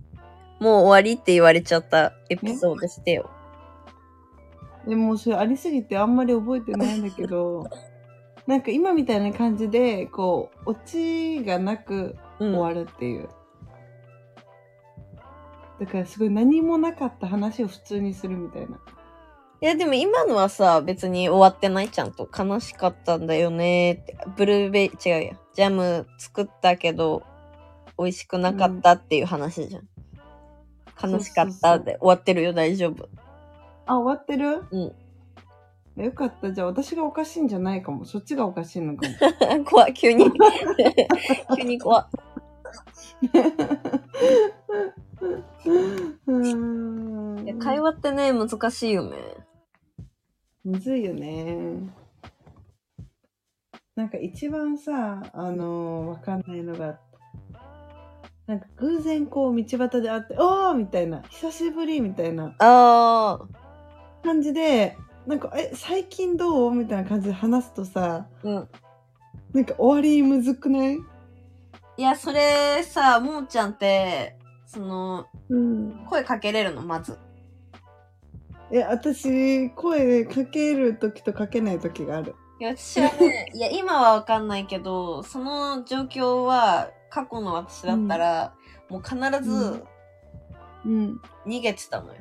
[SPEAKER 2] もう終わりって言われちゃったエピソードしてよ。
[SPEAKER 1] 最近言われるんだよね。でも、それありすぎてあんまり覚えてないんだけ ど、なんか今みたいな感じで、こう、オチがなく、
[SPEAKER 2] うん。
[SPEAKER 1] 終わるっていう、だからすごい何もなかった話を普通にするみたいない
[SPEAKER 2] や、でも今のはさ、別に終わってないちゃんと。悲しかったんだよねって。ブルーベリー、違うや。ジャム作ったけど、美味しくなかったっていう話じゃん。悲しかったで終わってるよ、大丈夫。
[SPEAKER 1] あ終わってる
[SPEAKER 2] うん
[SPEAKER 1] よかったじゃあ私がおかしいんじゃないかもそっちがおかしいの かも
[SPEAKER 2] 怖っ急 に。急に怖っ
[SPEAKER 1] うーん
[SPEAKER 2] いや会話ってね、難しいよね。
[SPEAKER 1] むずいよねなんか一番さあのわかんないのがなんか偶然こう道端で会って「おー!」みたいな「久しぶり!」みたいな
[SPEAKER 2] ああ、
[SPEAKER 1] 感じでなんか「え最近どう?」みたいな感じで話すとさ
[SPEAKER 2] うん。
[SPEAKER 1] なんか終わりむずくない
[SPEAKER 2] いや、それさ、ももちゃんって、その、
[SPEAKER 1] うん、
[SPEAKER 2] 声かけれるの、まず。
[SPEAKER 1] え私声かける時とかけない時がある
[SPEAKER 2] いや、私は ね、いや、今はわかんないけど、その状況は、過去の私だったら、もう必ず
[SPEAKER 1] うん
[SPEAKER 2] 逃げてたのよ。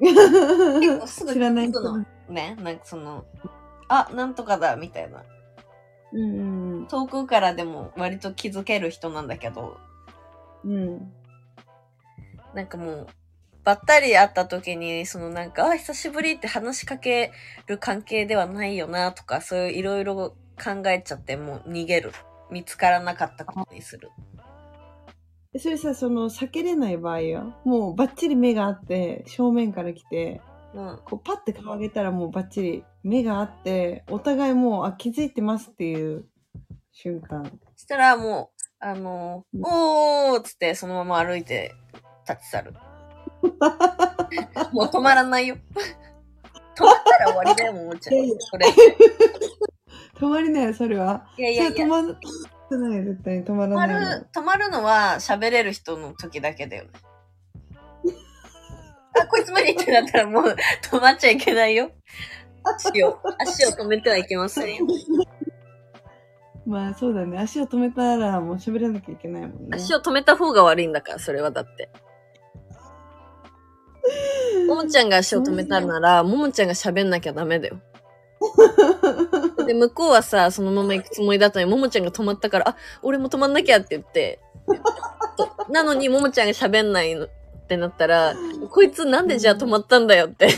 [SPEAKER 2] 結構すぐ
[SPEAKER 1] 知らない
[SPEAKER 2] す
[SPEAKER 1] 人
[SPEAKER 2] ぐのね、なんかその、あ、なんとかだ、みたいな。
[SPEAKER 1] うんうん
[SPEAKER 2] 遠くからでも割と気づける人なんだけど、
[SPEAKER 1] うん
[SPEAKER 2] なんかもう、ばったり会った時に、そのなんか、あ、久しぶりって話しかける関係ではないよな、とか、そういういろいろ考えちゃって、もう逃げる。見つからなかったことにする。
[SPEAKER 1] えそれさその避けれない場合はもうバッチリ目があって正面から来て
[SPEAKER 2] うん。
[SPEAKER 1] こうパッて顔上げたらもうバッチリ目があってお互いもうあ気づいてますっていう瞬間
[SPEAKER 2] そしたらもう、あのー
[SPEAKER 1] うん
[SPEAKER 2] おーっつってそのまま歩いて立ち去る。 もう止まらないよ。 止まったら終わりだよ、もうちゃん。
[SPEAKER 1] いやいや
[SPEAKER 2] これ。
[SPEAKER 1] 止まりなよそれはい
[SPEAKER 2] やい
[SPEAKER 1] そ
[SPEAKER 2] や
[SPEAKER 1] れ
[SPEAKER 2] い や
[SPEAKER 1] 止。まらない絶対に止ま
[SPEAKER 2] 止
[SPEAKER 1] ら
[SPEAKER 2] ま
[SPEAKER 1] ないの
[SPEAKER 2] る、止まるのは喋れる人の時だけだよね。 あ、こいつ無理ってなったらもう止まっちゃいけないよ。足を、足を止めてはいけませんよ。
[SPEAKER 1] まあそうだね足を止めたらもう喋らなきゃいけないもんね
[SPEAKER 2] 足を止めた方が悪いんだから、それはだって。ももちゃんが足を止めたなら、ももちゃんが喋んなきゃダメだよ。で、向こうはさ、そのまま行くつもりだったのに、ももちゃんが止まったから、あ、俺も止まんなきゃって言って。となのに、ももちゃんが喋んないのってなったら、こいつなんでじゃあ止まったんだよって。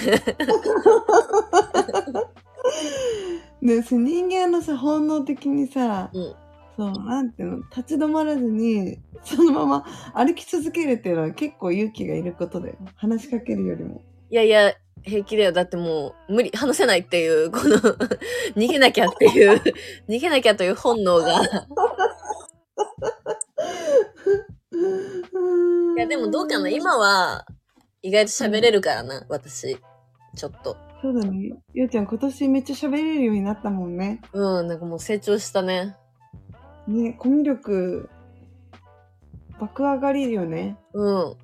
[SPEAKER 1] ねその人間のさ本能的にさ、
[SPEAKER 2] うん
[SPEAKER 1] そうなんていうの立ち止まらずにそのまま歩き続けるっていうのは結構勇気がいることだよ話しかけるよりも
[SPEAKER 2] いやいや、平気だよ。だってもう、無理、話せないっていう、この、逃げなきゃっていう、逃げなきゃという本能が。いや、でもどうかな。今は、意外と喋れるからな、私。ちょっと。
[SPEAKER 1] そうだねゆうちゃん今年めっちゃ喋れるようになったもんね
[SPEAKER 2] うん、なんかもう成長したね。
[SPEAKER 1] ねコミュ力爆上がりよね
[SPEAKER 2] うん。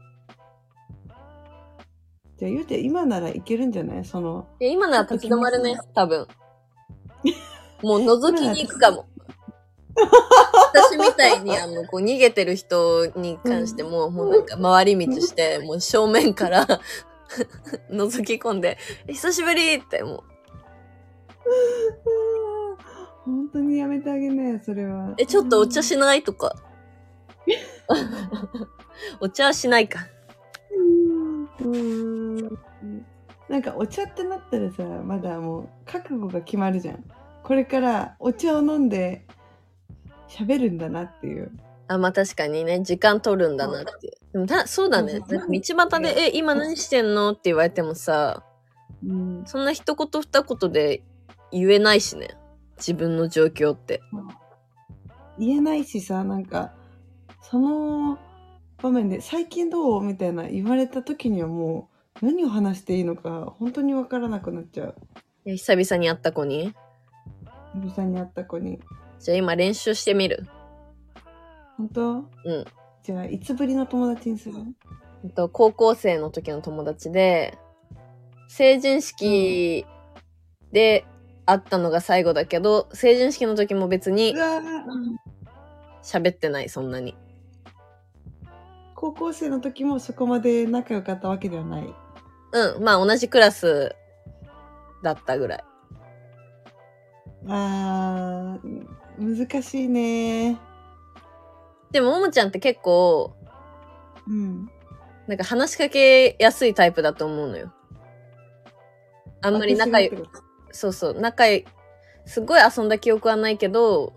[SPEAKER 1] じゃあゆうちゃん今ならいけるんじゃないその
[SPEAKER 2] いや今なら立ち止まるね、多分。もう覗きに行くか も。私みたいに、あの、こう逃げてる人に関しても、もうなんか回り道して、もう正面から 覗き込んで、久しぶりって、もう、
[SPEAKER 1] 本当にやめてあげなよそれは
[SPEAKER 2] え、ちょっとお茶しないと か。お茶はしないか。
[SPEAKER 1] うーんなんかお茶ってなったらさまだもう覚悟が決まるじゃんこれからお茶を飲んで喋るんだなっていう
[SPEAKER 2] あ、まあ確かにね、時間取るんだなっていう。でもたそうだね。だって道端で、え、今何してんのって言われてもさ、
[SPEAKER 1] うん
[SPEAKER 2] そんな一言二言で言えないしね。自分の状況って。
[SPEAKER 1] 言えないしさなんかその場面で「最近どう?」みたいな言われた時にはもう何を話していいのか本当に分からなくなっちゃう
[SPEAKER 2] いや久々に会った子に。
[SPEAKER 1] おぶさんに会った子に
[SPEAKER 2] じゃあ今練習してみる。
[SPEAKER 1] 本当
[SPEAKER 2] うん
[SPEAKER 1] じゃあいつぶりの友達にする
[SPEAKER 2] えっと高校生の時の友達で、成人式で会ったのが最後だけど、成人式の時も別に
[SPEAKER 1] うわー
[SPEAKER 2] 喋ってない、そんなに。
[SPEAKER 1] 高校生の時もそこまで仲良かったわけではない。
[SPEAKER 2] うん、まあ同じクラスだったぐらい。
[SPEAKER 1] あー、難しいね。
[SPEAKER 2] でも、ももちゃんって結構、
[SPEAKER 1] うん。
[SPEAKER 2] なんか話しかけやすいタイプだと思うのよ。あ
[SPEAKER 1] あ
[SPEAKER 2] んまり仲良、そうそう、仲良い、すごい遊んだ記憶はないけど、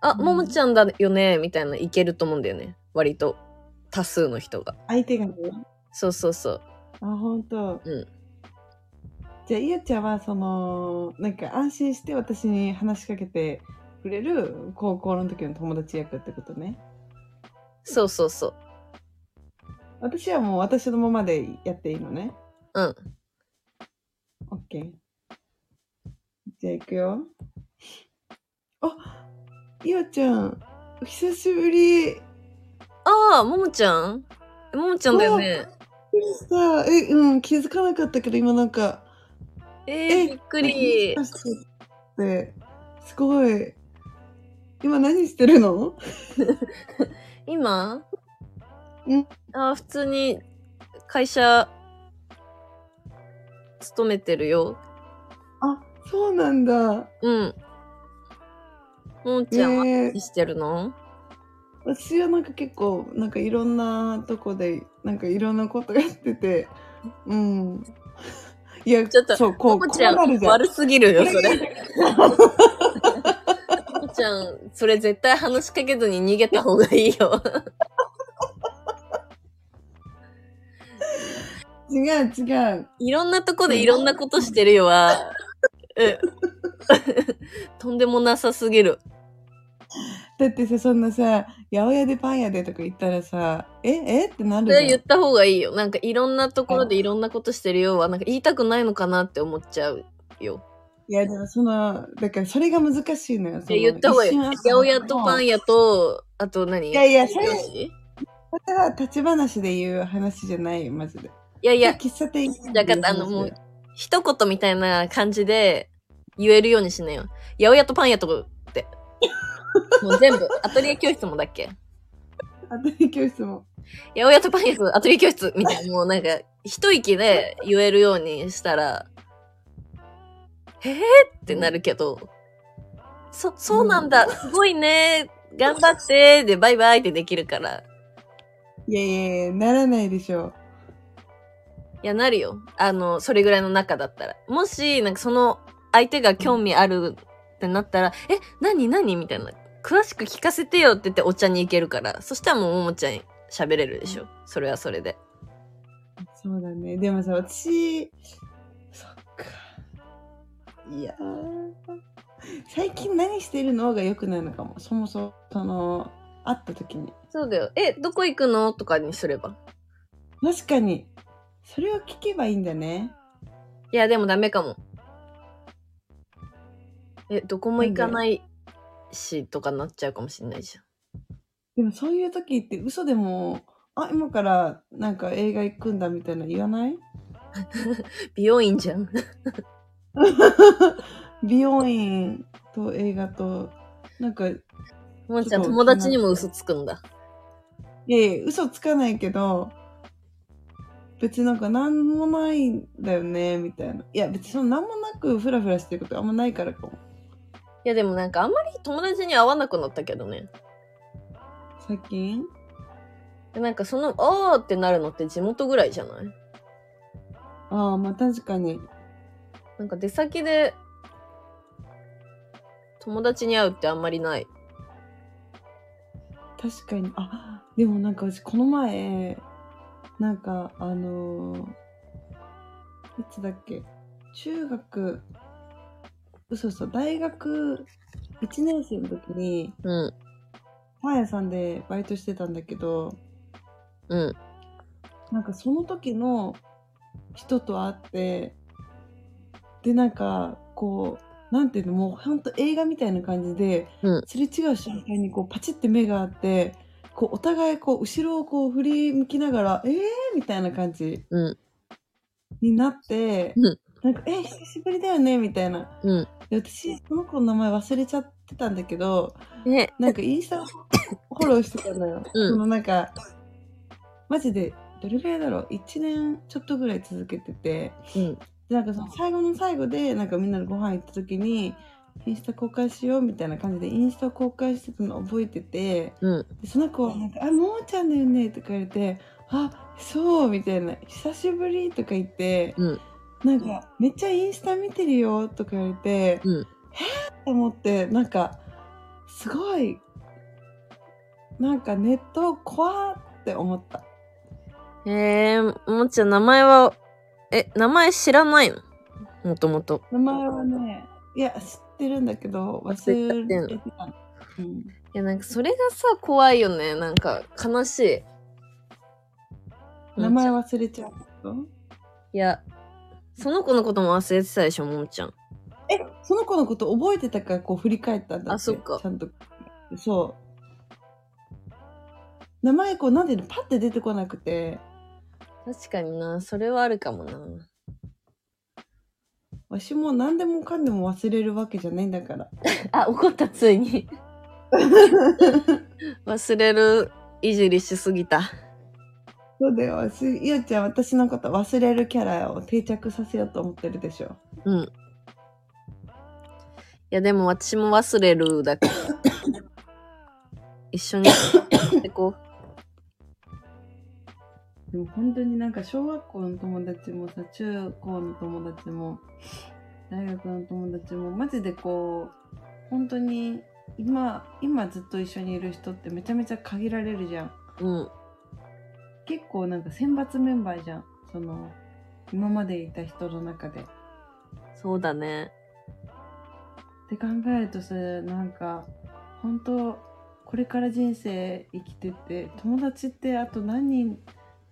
[SPEAKER 2] あ、
[SPEAKER 1] うん
[SPEAKER 2] ももちゃんだよね、みたいな、いけると思うんだよね。割と、多数の人が。
[SPEAKER 1] 相手がね。
[SPEAKER 2] そうそうそう。
[SPEAKER 1] あ、ほんと。
[SPEAKER 2] うん
[SPEAKER 1] じゃあ、いやちゃんは、その、なんか安心して私に話しかけてくれる高校の時の友達役ってことね。
[SPEAKER 2] そうそうそう。
[SPEAKER 1] 私はもう私のままでやっていいのね。
[SPEAKER 2] うん。
[SPEAKER 1] オッケー。じゃあ行くよ。あ、いおちゃん、お久しぶり。
[SPEAKER 2] ああ、ももちゃんえももちゃんだよね。
[SPEAKER 1] さあ、え、うん、気づかなかったけど、今なんか。
[SPEAKER 2] え
[SPEAKER 1] え
[SPEAKER 2] ー、びっくり。
[SPEAKER 1] もしかしてすごい。今何してるの？
[SPEAKER 2] 今
[SPEAKER 1] うん
[SPEAKER 2] あ普通に会社勤めてるよ
[SPEAKER 1] あ、そうなんだ。
[SPEAKER 2] うんもんちゃんは
[SPEAKER 1] ねえ
[SPEAKER 2] 何してるの、
[SPEAKER 1] 私はなんか結構なんかいろんなとこでなんかいろんなことやってて、うん。いや、
[SPEAKER 2] ちょっと
[SPEAKER 1] そうこう
[SPEAKER 2] も
[SPEAKER 1] こ
[SPEAKER 2] もちゃ
[SPEAKER 1] うんなるじゃん。
[SPEAKER 2] 悪すぎるよそれ
[SPEAKER 1] こ
[SPEAKER 2] ももちゃんそれ絶対話しかけずに逃げた方がいいよ
[SPEAKER 1] 違う違う。
[SPEAKER 2] いろんなとこでいろんなことしてるよは、うん、 とんでもなさすぎる
[SPEAKER 1] だってさそんなさ八百屋でパン屋でとか言ったらさええってな
[SPEAKER 2] そ
[SPEAKER 1] る
[SPEAKER 2] れ
[SPEAKER 1] じ
[SPEAKER 2] 言
[SPEAKER 1] ゃ
[SPEAKER 2] っ
[SPEAKER 1] ん
[SPEAKER 2] た方がいいよなんかいろんなところでいろんなことしてるよはなんか言いたくないのかなって思っちゃうよ
[SPEAKER 1] いやでもそのだからそれが難しいのよその
[SPEAKER 2] いや言った方がいい。
[SPEAKER 1] 一
[SPEAKER 2] 八
[SPEAKER 1] 瞬
[SPEAKER 2] 百屋とパン屋と、あと何
[SPEAKER 1] いやいやそれ
[SPEAKER 2] 美容師い
[SPEAKER 1] これは立ち話で言う話じゃないよマジで
[SPEAKER 2] やい
[SPEAKER 1] いや
[SPEAKER 2] や、
[SPEAKER 1] 喫茶店行
[SPEAKER 2] だからあのもう、一言みたいな感じで言えるようにしなよ。八百屋とパン屋とかって。もう全部、アトリエ教室もだっけ
[SPEAKER 1] アトリエ教室も
[SPEAKER 2] 八百屋とパン屋とアトリエ教室みたいな、もうなんか、一息で言えるようにしたら、えーってなるけど、そ、そうなんだ、すごいね、頑張って、で、バイバイってできるから。
[SPEAKER 1] いやいやいやならないでしょ
[SPEAKER 2] いや、なるよ。あの、それぐらいの中だったら。もし、なんかその相手が興味あるってなったら、え、何何みたいな詳しく聞かせてよって言ってお茶に行けるから、そしたらもうももちゃん喋れるでしょ。それはそれで。
[SPEAKER 1] そうだね。でもさ、私、そっか。いやー最近何してるのが良くないのかも。そもそも、その、会った時に。
[SPEAKER 2] そうだよ。え、どこ行くのとかにすれば。
[SPEAKER 1] 確かに、それを聞けばいいんだね。
[SPEAKER 2] いや、でもダメかも。え、どこも行かないし、とかなっちゃうかもしんないじゃん。
[SPEAKER 1] でもそういう時って嘘でも、あ、今からなんか映画行くんだみたいなの言わない
[SPEAKER 2] 美容院じゃ ん。
[SPEAKER 1] 美容院と映画と、なんか、い
[SPEAKER 2] ももちゃん、友達にも嘘つくんだ。
[SPEAKER 1] やいや、嘘つかないけど、別になんか何もないんだよね、みたいな。いや、別にその何もなくフラフラしてることあんまないからかも。
[SPEAKER 2] いや、でもなんかあんまり友達に会わなくなったけどね。
[SPEAKER 1] 最近
[SPEAKER 2] でなんかその、あーってなるのって地元ぐらいじゃない
[SPEAKER 1] ああ、まあ確かに。
[SPEAKER 2] なんか出先で友達に会うってあんまりない。
[SPEAKER 1] 確かに。あ、でもなんか私この前、なんかあのーいつだっけ中学、嘘嘘、大学1年生の時に、
[SPEAKER 2] うん。
[SPEAKER 1] パン屋さんでバイトしてたんだけど、
[SPEAKER 2] うん。
[SPEAKER 1] なんかその時の人と会って、で、なんかこう、なんていうの、もうほんと映画みたいな感じで、
[SPEAKER 2] うん
[SPEAKER 1] すれ違う瞬間にこうパチって目があって、こうお互いこう後ろをこう振り向きながら、えーみたいな感じ
[SPEAKER 2] うん。
[SPEAKER 1] になって、
[SPEAKER 2] うん
[SPEAKER 1] なんか、えー久しぶりだよねみたいな。
[SPEAKER 2] う
[SPEAKER 1] で、私、その子の名前忘れちゃってたんだけど、
[SPEAKER 2] ん。ね。
[SPEAKER 1] なんかインスタをフォローしてたのよ。
[SPEAKER 2] うん
[SPEAKER 1] そのなんか、マジで、どれぐらいだろう ?1 年ちょっとぐらい続けてて、
[SPEAKER 2] うん。
[SPEAKER 1] でなんかその最後の最後で、なんかみんなでご飯行った時に、インスタ交換しようみたいな感じで、インスタ交換してたの覚えてて、
[SPEAKER 2] うん。
[SPEAKER 1] でその子はなんか、あ、もーちゃんだよねとか言われて、あ、そうみたいな、久しぶりとか言って、
[SPEAKER 2] うん
[SPEAKER 1] なんか、めっちゃインスタ見てるよとか言われて、
[SPEAKER 2] うん
[SPEAKER 1] と思ってなんかすごいなんかネット怖って思った
[SPEAKER 2] えー、ももちゃん、名前は、え、名前知らないのもともと。
[SPEAKER 1] 名前はねいや知ってるんだけど忘れてたの、うん、
[SPEAKER 2] いや、なんかそれがさ、怖いよね。なんか、悲しい。
[SPEAKER 1] 名前忘れちゃうこと
[SPEAKER 2] いや、その子のことも忘れてたでしょ、ももちゃん。
[SPEAKER 1] えその子のこと覚えてたからこう振り返ったんだって
[SPEAKER 2] あそっか
[SPEAKER 1] ちゃんとそう名前こうなんでパッて出てこなくて
[SPEAKER 2] 確かにな、それはあるかもな。
[SPEAKER 1] わしも何でもかんでも忘れるわけじゃないんだから
[SPEAKER 2] あ、怒った、ついに。 忘れるいじりしすぎた。
[SPEAKER 1] そうだよ。すゆうちゃん、私のこと忘れるキャラを定着させようと思ってるでしょ。
[SPEAKER 2] うん。いや、でも私も忘れるだ け。一緒にでこう。
[SPEAKER 1] でも本当になんか小学校の友達もさ、中高の友達も、大学の友達も、マジでこう、本当に今、今ずっと一緒にいる人ってめちゃめちゃ限られるじゃん。
[SPEAKER 2] うん。
[SPEAKER 1] 結構なんか選抜メンバーじゃん。その、今までいた人の中で。
[SPEAKER 2] そうだね。
[SPEAKER 1] って考えるとさなんか本当これから人生生きてて友達ってあと何人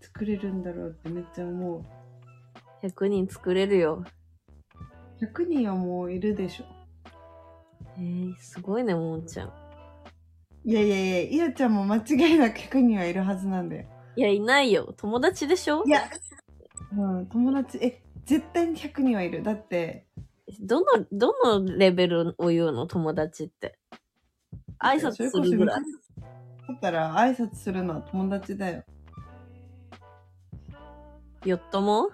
[SPEAKER 1] 作れるんだろうってめっちゃ思
[SPEAKER 2] 100人作れるよ。
[SPEAKER 1] う100人はもういるでしょ
[SPEAKER 2] えー、すごいね、ももちゃん。
[SPEAKER 1] いやいやいやいやちゃんも間違いなく100人はいるはずなんだよ
[SPEAKER 2] いや、いないよ。友達でしょ
[SPEAKER 1] いやうん友達え絶対に100人はいるだって
[SPEAKER 2] どの、どのレベルを言うの友達って。挨拶するぐらい。
[SPEAKER 1] だったら挨拶するのは友達だよ
[SPEAKER 2] よっとも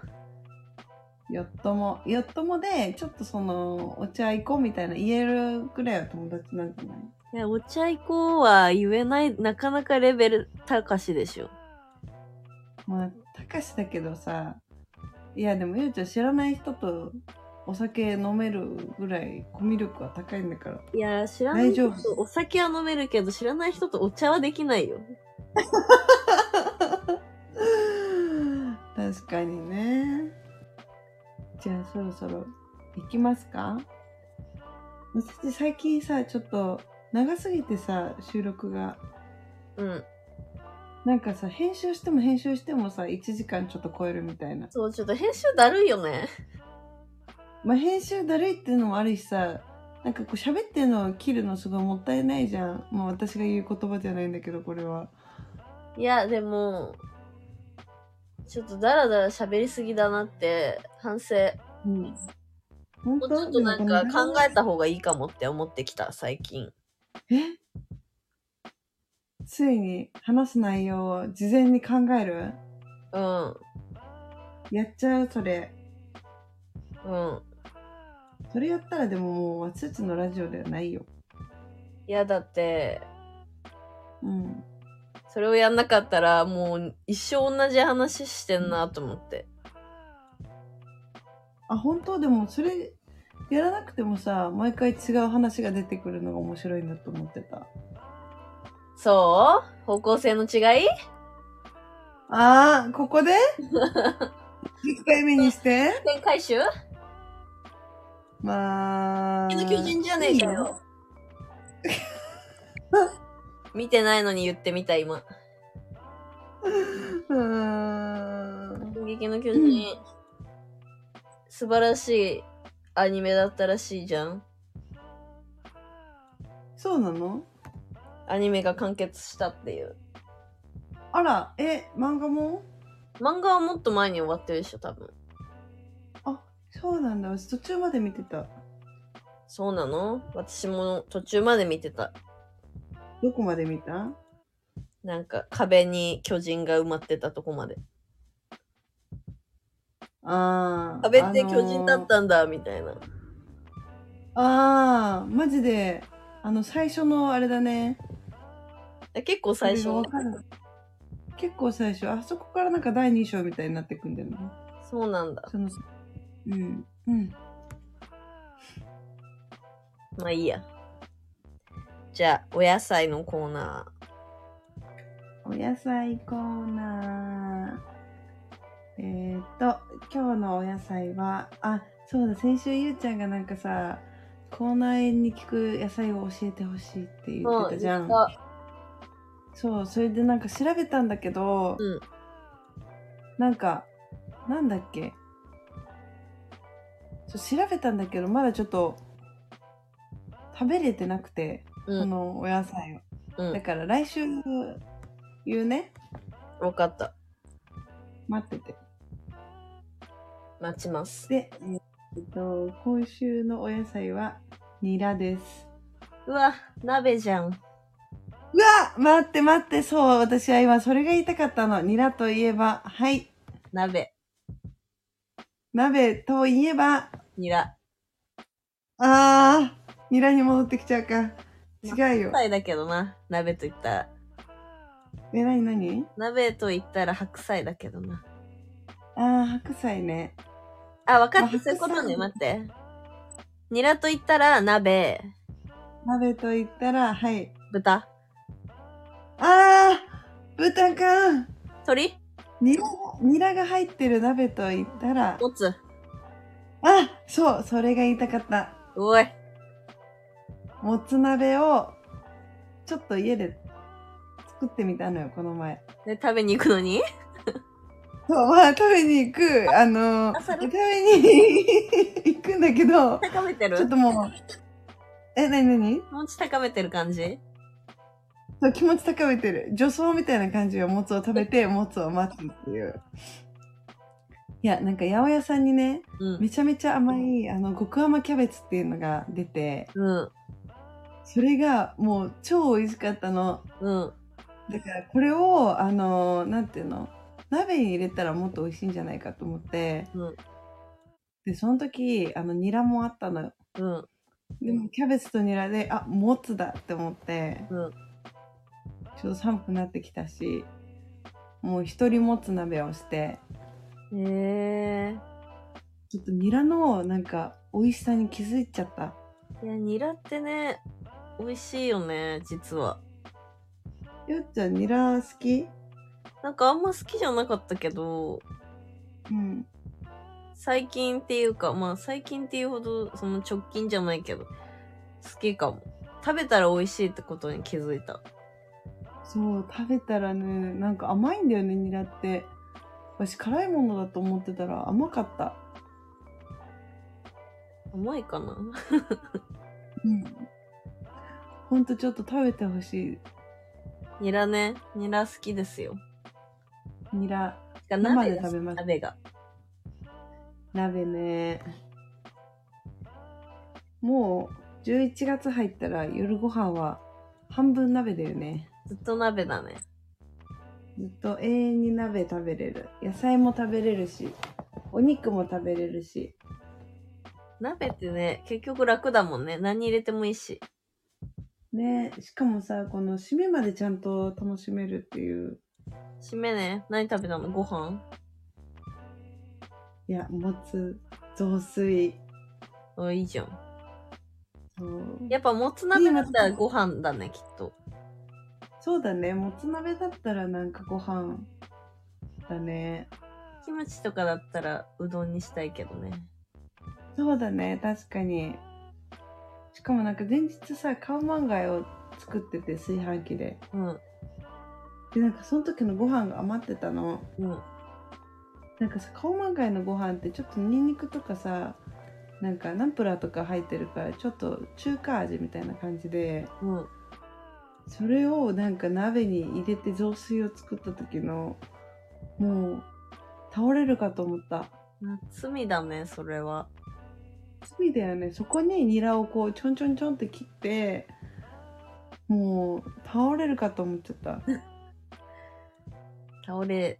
[SPEAKER 1] よっともよっともでちょっとそのお茶行こうみたいな言えるぐらいは友達なんじゃない
[SPEAKER 2] いや、お茶行こうは言えない、なかなかレベル高しでしょ。
[SPEAKER 1] まあ、たかしだけどさ、いや、でも、ゆうちゃん知らない人とお酒飲めるぐらいコミュ力は高いんだから
[SPEAKER 2] いやー、知らない人
[SPEAKER 1] 大丈
[SPEAKER 2] とお酒は飲めるけど、知らない人とお茶はできないよ。
[SPEAKER 1] 確かにねじゃあそろそろ行きますか私最近さちょっと長すぎてさ収録が
[SPEAKER 2] うん。
[SPEAKER 1] なんかさ編集しても編集してもさ1時間ちょっと超えるみたいな
[SPEAKER 2] そう、ちょっと編集だるいよね。
[SPEAKER 1] まあ編集だるいっていうのもあるしさなんかこう喋ってるのを切るのすごいもったいないじゃんもう私が言う言葉じゃないんだけどこれはい
[SPEAKER 2] や、でも、ちょっとダラダラ喋りすぎだなって反省。
[SPEAKER 1] うん本
[SPEAKER 2] もう
[SPEAKER 1] 当
[SPEAKER 2] ちょっとなん
[SPEAKER 1] でも
[SPEAKER 2] か
[SPEAKER 1] この
[SPEAKER 2] 考えた方がいいかもって思ってきた、最近。
[SPEAKER 1] えついに話す内容を事前に考える
[SPEAKER 2] うん。
[SPEAKER 1] やっちゃうそれ
[SPEAKER 2] うん。
[SPEAKER 1] それやったらでももう私たちのラジオではないよ
[SPEAKER 2] いや、だって、
[SPEAKER 1] うん
[SPEAKER 2] それをやんなかったら、もう一生同じ話してんなと思って。
[SPEAKER 1] あ本当でもそれやらなくてもさ毎回違う話が出てくるのが面白いなと思って た
[SPEAKER 2] そう方向性の違い
[SPEAKER 1] あーここで 一回目にして
[SPEAKER 2] 展回収
[SPEAKER 1] まあ
[SPEAKER 2] の巨人じゃねえかよ。見てないのに言ってみた、今。
[SPEAKER 1] うーん
[SPEAKER 2] 進撃の巨人、素晴らしいアニメだったらしいじゃん。
[SPEAKER 1] そうなの
[SPEAKER 2] アニメが完結したっていう。
[SPEAKER 1] あらえ漫画も
[SPEAKER 2] 漫画はもっと前に終わってるでしょ、多分。
[SPEAKER 1] そうなんだ私途中まで見てた
[SPEAKER 2] そうなの私も途中まで見てた。
[SPEAKER 1] どこまで見た
[SPEAKER 2] なんか壁に巨人が埋まってたとこまで。
[SPEAKER 1] ああ。
[SPEAKER 2] 壁って巨人だ
[SPEAKER 1] あの
[SPEAKER 2] っ
[SPEAKER 1] ー
[SPEAKER 2] たんだ、みたいな。
[SPEAKER 1] あー、マジで、あの、最初のあれだね。
[SPEAKER 2] 結構最初
[SPEAKER 1] それがわかる結構最初、あそこからなんか第2章みたいになってくんだよね。
[SPEAKER 2] そうなんだ。
[SPEAKER 1] その、うん。うん。
[SPEAKER 2] まあいいや。じゃあ、お野菜のコーナ
[SPEAKER 1] お野菜コーナー。えー、っと、今日のお野菜は、あ、そうだ、先週ゆうちゃんがなんかさ、口内炎に効く野菜を教えてほしいって
[SPEAKER 2] ー。
[SPEAKER 1] 言ってたじゃん。
[SPEAKER 2] あ
[SPEAKER 1] そう、それでなんか調べたんだけど、
[SPEAKER 2] うん
[SPEAKER 1] なんか、なんだっけそう調べたんだけど、まだちょっと、食べれてなくて、
[SPEAKER 2] う
[SPEAKER 1] こ
[SPEAKER 2] ん。
[SPEAKER 1] のお野菜を。
[SPEAKER 2] うん
[SPEAKER 1] だから来週言うね。
[SPEAKER 2] わかった。
[SPEAKER 1] 待ってて。
[SPEAKER 2] 待ちます。
[SPEAKER 1] で、えっと、今週のお野菜は、ニラです。
[SPEAKER 2] うわ、鍋じゃん。
[SPEAKER 1] うわ待って待って、そう、私は今それが言いたかったの。ニラといえば、はい。
[SPEAKER 2] 鍋、
[SPEAKER 1] 鍋といえば、
[SPEAKER 2] ニラ。
[SPEAKER 1] あー、ニラに戻ってきちゃうか。違うよ。
[SPEAKER 2] 白菜だけどな。鍋と言ったら。
[SPEAKER 1] え、なになに
[SPEAKER 2] 鍋と言ったら白菜だけどな。
[SPEAKER 1] あー、白菜ね。
[SPEAKER 2] あ、わかっ
[SPEAKER 1] あ
[SPEAKER 2] た。そういうことね。
[SPEAKER 1] 白
[SPEAKER 2] 待って。ニラと言ったら鍋、
[SPEAKER 1] 鍋と言ったら、はい。
[SPEAKER 2] 豚、
[SPEAKER 1] あー、豚か。
[SPEAKER 2] 鶏、
[SPEAKER 1] ニラ、ニラが入ってる鍋と言ったら、
[SPEAKER 2] もつ。
[SPEAKER 1] あ、そう、それが言いたかった。
[SPEAKER 2] おい。
[SPEAKER 1] もつ鍋を、ちょっと家で作ってみたのよ、この前。
[SPEAKER 2] で、食べに行くのに
[SPEAKER 1] そう、まあ、食べに行く、あの
[SPEAKER 2] あそれ
[SPEAKER 1] 食べに行くんだけ ど、
[SPEAKER 2] 高めて
[SPEAKER 1] ちょっ
[SPEAKER 2] る
[SPEAKER 1] ともう、え、なになに
[SPEAKER 2] 気持ち高めてる感じ
[SPEAKER 1] そう気持ち高めてる女装みたいな感じでもつを食べてもつを待つっていういやなんか八百屋さんにね
[SPEAKER 2] うん。
[SPEAKER 1] めちゃめちゃ甘いあの極甘キャベツっていうのが出て
[SPEAKER 2] うん。
[SPEAKER 1] それがもう超美味しかったの
[SPEAKER 2] うん。
[SPEAKER 1] だからこれをあのなんていうの鍋に入れたらもっと美味しいんじゃないかと思って、
[SPEAKER 2] うん
[SPEAKER 1] でその時あのニラもあったのよ
[SPEAKER 2] うん。
[SPEAKER 1] でもキャベツとニラであもつだって思って、
[SPEAKER 2] うん
[SPEAKER 1] ちょうど寒くなってきたしもう一人もつ鍋をして
[SPEAKER 2] へえ
[SPEAKER 1] ちょっとニラのなんか美味しさに気づいちゃった。
[SPEAKER 2] いや、ニラってね、美味しいよね、実は。
[SPEAKER 1] よっちゃんニラ好き
[SPEAKER 2] なんかあんま好きじゃなかったけど、
[SPEAKER 1] うん。
[SPEAKER 2] 最近っていうか、まあ最近っていうほど、その直近じゃないけど、好きかも。食べたら美味しいってことに気づいた。
[SPEAKER 1] そう、食べたらね、なんか甘いんだよね、ニラって。私辛いものだと思ってたら甘かった。
[SPEAKER 2] 甘いかな
[SPEAKER 1] うん。ほんとちょっと食べてほしい。
[SPEAKER 2] ニラね、ニラ好きですよ。
[SPEAKER 1] ニラ。
[SPEAKER 2] てか
[SPEAKER 1] 生
[SPEAKER 2] 鍋
[SPEAKER 1] で
[SPEAKER 2] が
[SPEAKER 1] 食べます。
[SPEAKER 2] 鍋が。
[SPEAKER 1] 鍋ね。もう11月入ったら夜ご飯は半分鍋だよね。
[SPEAKER 2] ずっと鍋だね。
[SPEAKER 1] ずっと永遠に鍋食べれる。野菜も食べれるし、お肉も食べれるし。
[SPEAKER 2] 鍋ってね、結局楽だもんね。何入れてもいいし。
[SPEAKER 1] ねしかもさ、この締めまでちゃんと楽しめるっていう。
[SPEAKER 2] 締めね、何食べたのご飯
[SPEAKER 1] いや、もつ、雑炊。
[SPEAKER 2] あ、いいじゃん。
[SPEAKER 1] そう
[SPEAKER 2] やっぱもつ鍋だったらご飯だね、きっと。
[SPEAKER 1] そうだね。もつ鍋だったらなんかご飯だね。
[SPEAKER 2] キムチとかだったらうどんにしたいけどね。
[SPEAKER 1] そうだね、確かに。しかもなんか前日さ、カオマンガイを作ってて、炊飯器で。
[SPEAKER 2] うん、
[SPEAKER 1] で、なんかその時のご飯が余ってたの。
[SPEAKER 2] うん。
[SPEAKER 1] なんかさ、カオマンガイのご飯ってちょっとニンニクとかさ、なんかナンプラーとか入ってるから、ちょっと中華味みたいな感じで、
[SPEAKER 2] うん。
[SPEAKER 1] それをなんか鍋に入れて雑炊を作った時の、もう、倒れるかと思った。
[SPEAKER 2] 罪だね、それは。
[SPEAKER 1] 罪だよねそこにニラをこうちょんちょんちょんって切ってもう倒れるかと思っちゃった
[SPEAKER 2] 倒れ、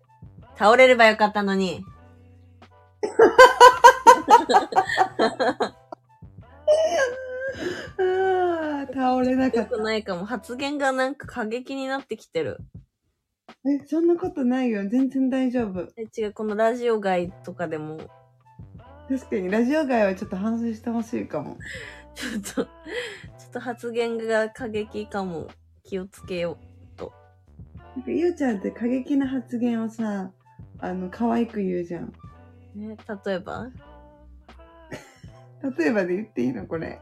[SPEAKER 2] 倒れればよかったのに。
[SPEAKER 1] あー倒れなか
[SPEAKER 2] よ
[SPEAKER 1] っ
[SPEAKER 2] くないかも。発言がなんか過激になってきてる。
[SPEAKER 1] たえそんなことないよ全然大丈夫
[SPEAKER 2] え違う、このラジオ外とかでも、
[SPEAKER 1] 確かにラジオ外はちょっと反省してほしいかも
[SPEAKER 2] ちょっと、ちょっと発言が過激かも。気をつけよ
[SPEAKER 1] なんかゆうちゃんって過激な発言をさあの可愛く言うじゃん
[SPEAKER 2] う。ね、例えば
[SPEAKER 1] 例えばで言っていいのこれ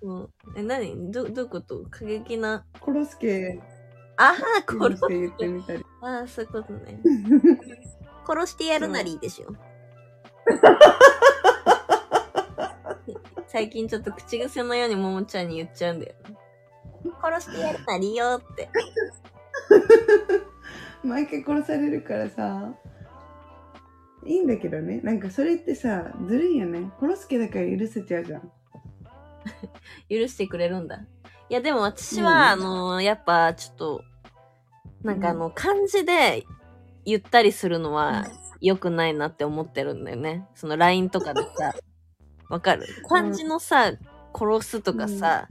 [SPEAKER 2] うん。え、何ど、どういうこと過激な。
[SPEAKER 1] コロスケ
[SPEAKER 2] ああ、
[SPEAKER 1] コロ
[SPEAKER 2] 殺
[SPEAKER 1] スケ言ってみたり
[SPEAKER 2] ああ、そういうことね。殺してやるなりでしょ。最近ちょっと口癖のようにももちゃんに言っちゃうんだよね。殺してやるなりよって。
[SPEAKER 1] 毎回殺されるからさいいんだけどねなんかそれってさずるいよねコロスケだから許せちゃうじゃん
[SPEAKER 2] 許してくれるんだ。いや、でも私は、
[SPEAKER 1] う
[SPEAKER 2] あのーやっぱちょっと、なんかあの、漢字で言ったりするのは良くないなって思ってるんだよね。その LINE とかでさ、わかる漢字のさ、殺すとかさ、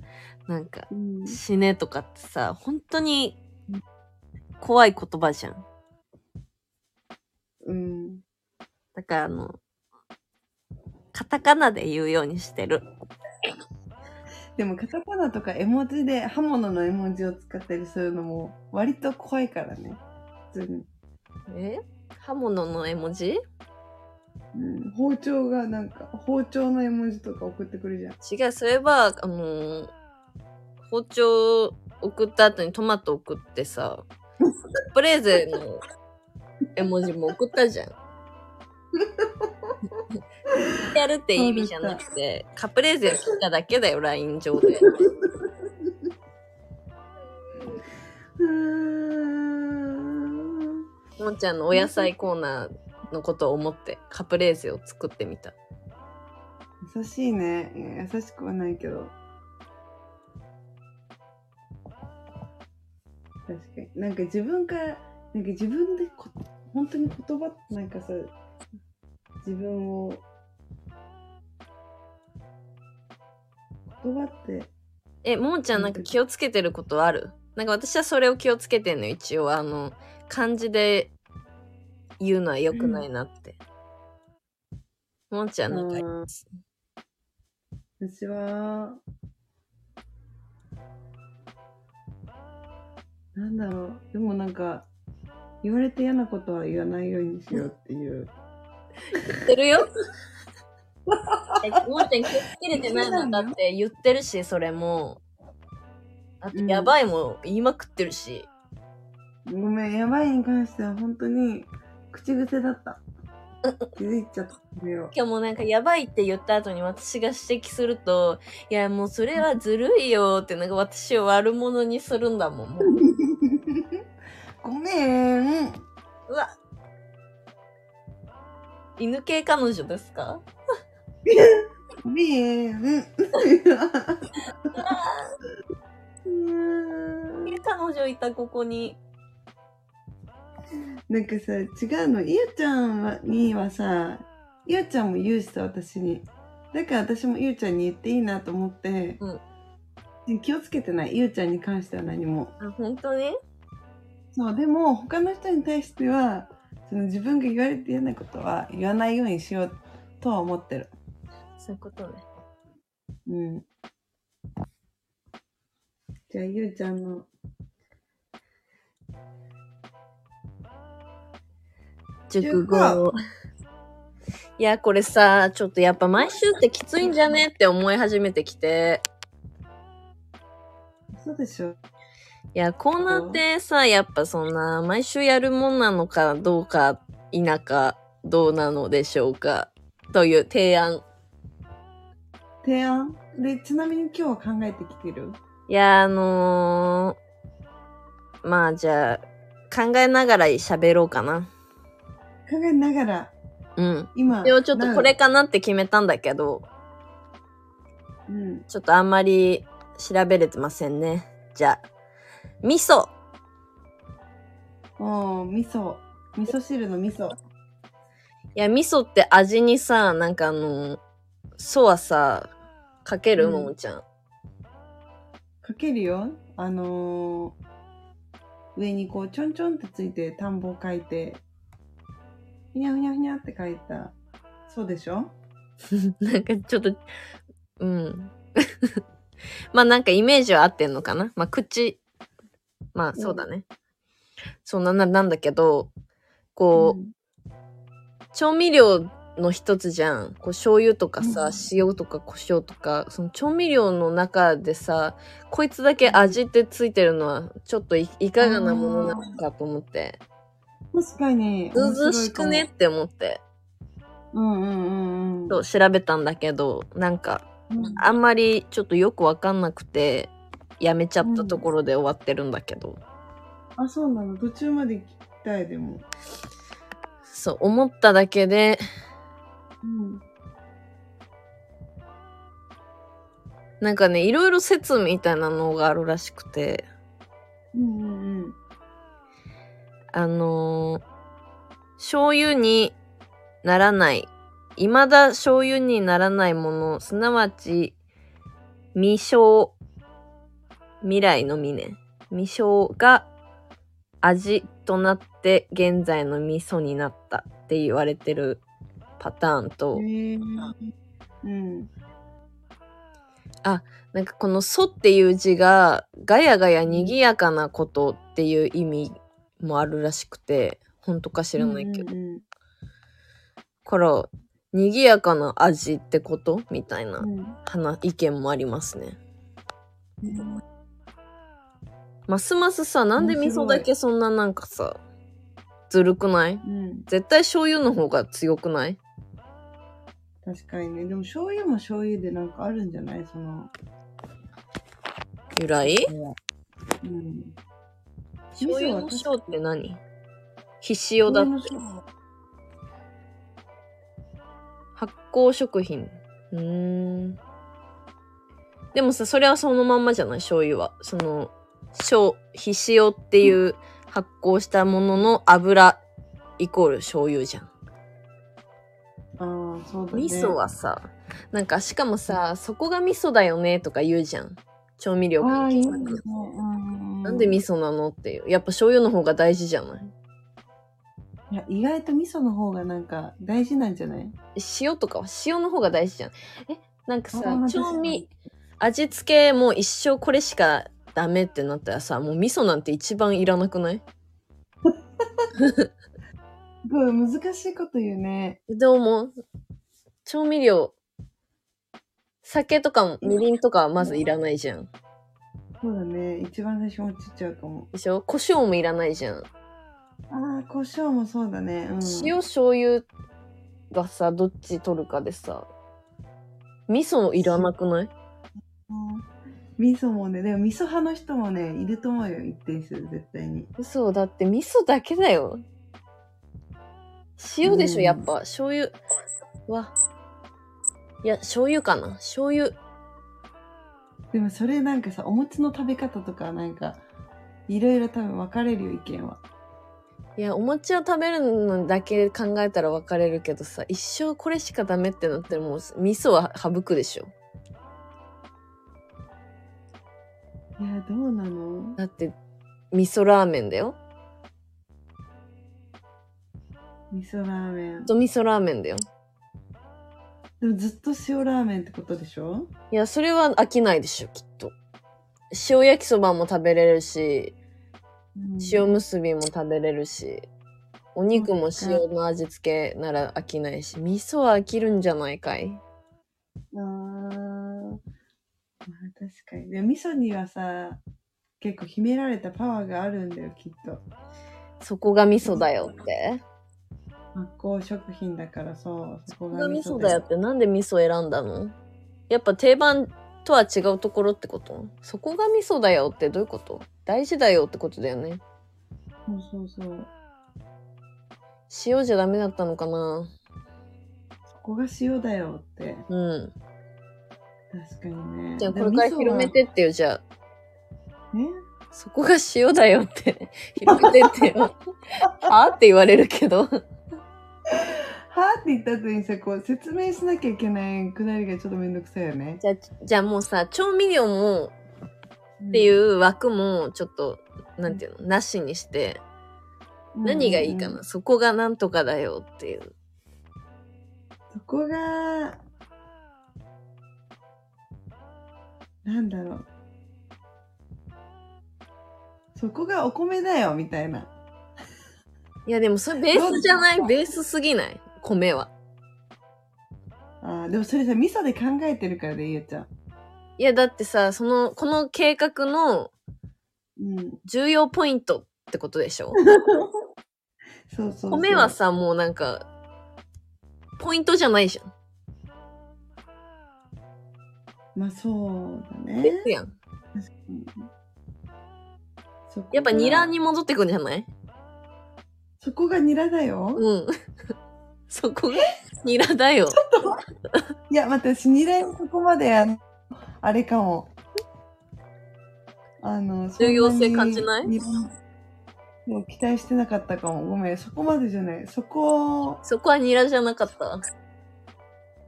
[SPEAKER 2] なんか、
[SPEAKER 1] うん
[SPEAKER 2] 死ねとかってさ、本当に怖い言葉じゃん。
[SPEAKER 1] うん、
[SPEAKER 2] だからあの、カタカナで言うようにしてる。
[SPEAKER 1] でもカタカナとか絵文字で刃物の絵文字を使ったりするのも割と怖いからね普通に、
[SPEAKER 2] え刃物の絵文字
[SPEAKER 1] うん、包丁がなんか包丁の絵文字とか送ってくるじゃん
[SPEAKER 2] 違う、そういえば、あのー包丁送った後にトマト送ってさ、プレーゼの絵文字も送ったじ ゃん。やるって意味じゃなくて、カプレーゼを送っただけだよ、LINE 上で。
[SPEAKER 1] うーん
[SPEAKER 2] もんちゃんのお野菜コーナーのことを思って、カプレーゼを作ってみた。
[SPEAKER 1] 優しいねいや優しくはないけど確かになんか自分からなんか自分でこ本当に言葉ってなんかさ自分を言葉って
[SPEAKER 2] え、もんちゃんなんか気をつけてることあるなんか私はそれを気をつけてんのよ、一応。あの、漢字で言うのは良くないなって。もんちゃんなんかあります。
[SPEAKER 1] 私は、なんだろう。でもなんか、言われて嫌なことは言わないようにしようっていう。
[SPEAKER 2] 言ってるよ。えもんちゃん気をつけれてないもんだって言ってるし、それも。あと、
[SPEAKER 1] うん
[SPEAKER 2] やばいも言いまくってるし。
[SPEAKER 1] ごめん、やばいに関しては本当に、口癖だった。気づいちゃった。ごめんよ
[SPEAKER 2] 今日もなんかやばいって言った後に私が指摘すると、いやもうそれはずるいよってなんか私を悪者にするんだもん。もう
[SPEAKER 1] ごめん。
[SPEAKER 2] うわ犬系彼女ですか
[SPEAKER 1] ごめ ん。
[SPEAKER 2] 犬系彼女いたここに。
[SPEAKER 1] なんかさ違うのいゆちゃんはにはさゆうちゃんも言うしさ私にだから私もゆうちゃんに言っていいなと思って、気をつけてないゆうちゃんに関しては何も
[SPEAKER 2] あ、本当に
[SPEAKER 1] そうでも他の人に対してはその自分が言われて嫌なことは言わないようにしようとは思ってる
[SPEAKER 2] そういうことね。
[SPEAKER 1] うんじゃあゆうちゃんの
[SPEAKER 2] 熟語。いや、これさ、ちょっとやっぱ毎週ってきついんじゃねって思い始めてきて。
[SPEAKER 1] そうでしょ
[SPEAKER 2] いや、コーナーってさ、やっぱそんな、毎週やるもんなのかどうか、否か、どうなのでしょうか。という提案。
[SPEAKER 1] 提案でちなみに今日は考えてきてる
[SPEAKER 2] いや、あのー、まあじゃあ、考えながら喋ろうかな。
[SPEAKER 1] 考えながら
[SPEAKER 2] うん。
[SPEAKER 1] 今
[SPEAKER 2] でもちょっとこれ
[SPEAKER 1] な
[SPEAKER 2] かなって決めたんだけど、
[SPEAKER 1] うん
[SPEAKER 2] ちょっとあんまり調べれてませんね。じゃあ、味噌。
[SPEAKER 1] おー味噌味噌汁の味噌
[SPEAKER 2] いや、味噌って味にさ、なんかあの、ソはさ、かける
[SPEAKER 1] うん
[SPEAKER 2] ももちゃん。
[SPEAKER 1] かけるよあのー、上にこうちょんちょんってついて田んぼを書いてふにゃふにゃふにゃって書いたそうでしょ
[SPEAKER 2] なんかちょっと、うん。 まあなんかイメージは合ってんのかなまあ口、まあそうだね。そんな、ななんだけど、こう、
[SPEAKER 1] ん
[SPEAKER 2] 調味料の一つじゃん。こう醤油とかさ、
[SPEAKER 1] うん
[SPEAKER 2] 塩とか胡椒とか、その調味料の中でさ、こいつだけ味ってついてるのは、ちょっといいかがなものなのかと思って、
[SPEAKER 1] 確かに
[SPEAKER 2] ずうずうしくねっ
[SPEAKER 1] 面
[SPEAKER 2] て思って、
[SPEAKER 1] 白いかもうんうんうんうん
[SPEAKER 2] そう調べたんだけど、なんか、
[SPEAKER 1] うん
[SPEAKER 2] あんまりちょっとよくわかんなくて、やめちゃったところで終わってるんだけど、
[SPEAKER 1] あそうなの途中まで聞きたいでも、
[SPEAKER 2] そう思っただけで、
[SPEAKER 1] うん、
[SPEAKER 2] なんかね、いろいろ説みたいなのがあるらしくて、
[SPEAKER 1] うんうんうん
[SPEAKER 2] あのー醤油にならない、未だ醤油にならないもの、すなわち、未生、未来の未ね、未生が味となって現在の味噌になったって言われてるパターンと、
[SPEAKER 1] へえうん
[SPEAKER 2] なんかこの「そ」っていう字がガヤガヤ賑やかなことっていう意味もあるらしくて、本当か知らないけど。
[SPEAKER 1] うんうん
[SPEAKER 2] から、賑やかな味ってことみたいな
[SPEAKER 1] うんうん
[SPEAKER 2] 話、意見もありますね。
[SPEAKER 1] うん
[SPEAKER 2] ますますさ、なんで味
[SPEAKER 1] 面白い
[SPEAKER 2] 噌だけそんななんかさ、ずるくない
[SPEAKER 1] うん
[SPEAKER 2] 絶対醤油の方が強くない
[SPEAKER 1] 確かにねでも醤油も醤油でなんかあるんじゃないその
[SPEAKER 2] 由来
[SPEAKER 1] うん
[SPEAKER 2] 醤油
[SPEAKER 1] 味
[SPEAKER 2] の
[SPEAKER 1] 噌
[SPEAKER 2] 醤
[SPEAKER 1] は
[SPEAKER 2] って何必塩だって。
[SPEAKER 1] 醤油の
[SPEAKER 2] 発酵食品。うーん。でもさ、それはそのまんまじゃない醤油は。その、醤、必塩っていう発酵したものの油イコール醤油じゃん。
[SPEAKER 1] ああそうだね
[SPEAKER 2] 味噌はさ、なんかしかもさ、そこが味噌だよねとか言うじゃん。調味料
[SPEAKER 1] あ
[SPEAKER 2] か
[SPEAKER 1] あ
[SPEAKER 2] ら
[SPEAKER 1] いい
[SPEAKER 2] 聞
[SPEAKER 1] ね
[SPEAKER 2] かれて
[SPEAKER 1] うんうんうん
[SPEAKER 2] なんで味噌なのっていう。やっぱ醤油の方が大事じゃない
[SPEAKER 1] へいや意外と味噌の方がなんか大事なんじゃない
[SPEAKER 2] 塩とかは塩の方が大事じゃん。え、なんかさ
[SPEAKER 1] あまあ、
[SPEAKER 2] 調
[SPEAKER 1] 確か
[SPEAKER 2] 味
[SPEAKER 1] に、
[SPEAKER 2] 味付けもう一生これしかダメってなったらさ、もう味噌なんて一番いらなくない
[SPEAKER 1] すごい難しいこと言うね。
[SPEAKER 2] どうも、調味料、酒とかもみりんとかはまずいらないじゃん。
[SPEAKER 1] そうだね。一番最初落ちちゃうかも。
[SPEAKER 2] でしょ胡椒もいらないじゃん。
[SPEAKER 1] ああ、胡椒もそうだね。うん、
[SPEAKER 2] 塩醤油がさ、どっち取るかでさ、味噌いらなくない
[SPEAKER 1] 味噌もね、でも味噌派の人もね、いると思うよ。一定数、絶対に。
[SPEAKER 2] 嘘だって味噌だけだよ塩でしょ、
[SPEAKER 1] うん
[SPEAKER 2] やっぱ醤油はいや醤油かな醤油
[SPEAKER 1] でもそれなんかさ、お餅の食べ方とかなんか、いろいろ多分分かれるよ、意見は。
[SPEAKER 2] いやお餅を食べるのだけ考えたら分かれるけどさ一生これしかダメってなってもう味噌は省くでしょ
[SPEAKER 1] いや、どうなの
[SPEAKER 2] だって味噌ラーメンだよ
[SPEAKER 1] 味噌ラーメン。
[SPEAKER 2] と味噌ラーメンだよ
[SPEAKER 1] でもずっと塩ラーメンってことでしょ
[SPEAKER 2] いやそれは飽きないでしょきっと塩焼きそばも食べれるし
[SPEAKER 1] うん
[SPEAKER 2] 塩むすびも食べれるしお肉も塩の味付けなら飽きないし味噌は飽きるんじゃないかい
[SPEAKER 1] あーまあ確かにでも味噌にはさ結構秘められたパワーがあるんだよきっと
[SPEAKER 2] そこが味噌だよって
[SPEAKER 1] 発酵食品だからそうそこ
[SPEAKER 2] そこが
[SPEAKER 1] が
[SPEAKER 2] 味
[SPEAKER 1] 味
[SPEAKER 2] 噌
[SPEAKER 1] 噌
[SPEAKER 2] だ
[SPEAKER 1] だ
[SPEAKER 2] よ
[SPEAKER 1] よ
[SPEAKER 2] ってなんで味噌選んだのやっぱ定番とは違うところってことそこが味噌だよってどういうこと大事だよってことだよね
[SPEAKER 1] そうそうそう
[SPEAKER 2] 塩じゃダメだったのかな
[SPEAKER 1] そこが塩だよって
[SPEAKER 2] うん
[SPEAKER 1] 確かにね
[SPEAKER 2] じゃあこ
[SPEAKER 1] でも
[SPEAKER 2] れから
[SPEAKER 1] 味噌は
[SPEAKER 2] 広めてってよじゃあ
[SPEAKER 1] ね
[SPEAKER 2] そこが塩だよって広めてってよはあって言われるけど
[SPEAKER 1] はあって言った後にさこう説明しなきゃいけないくだりがちょっとめんどくさいよね
[SPEAKER 2] じゃあ、じゃあもうさ、調味料も
[SPEAKER 1] っ
[SPEAKER 2] っていうう枠もちょっと、なんていうの、なしにして、
[SPEAKER 1] ん
[SPEAKER 2] 何がいいか
[SPEAKER 1] うん
[SPEAKER 2] な、そこがなんとかだよっていう。
[SPEAKER 1] そこがなんだろうそこがお米だよみたいない
[SPEAKER 2] やでもそれベースじゃない
[SPEAKER 1] どう
[SPEAKER 2] ベースすぎない米は。
[SPEAKER 1] あーでもそれさ味噌で考えてるからでゆうちゃん、
[SPEAKER 2] いやだってさ、その、この計画の
[SPEAKER 1] うん、
[SPEAKER 2] 重要ポイントってことでしょ
[SPEAKER 1] そうそうそう
[SPEAKER 2] 米はさ、もうなんか、ポイントじゃないじゃん。
[SPEAKER 1] まあそうだね
[SPEAKER 2] 別やん。
[SPEAKER 1] うんそこが
[SPEAKER 2] やっぱニラに戻ってくんじゃない
[SPEAKER 1] そこがニラだよ、
[SPEAKER 2] うん。 そこがニラ だよ。
[SPEAKER 1] いや私ニラにそこまであのあれかもあの
[SPEAKER 2] 重要性感じない
[SPEAKER 1] そんにニラもう期待してなかったかもごめんそこまでじゃないそこ
[SPEAKER 2] そこはニラじゃなかった。
[SPEAKER 1] そ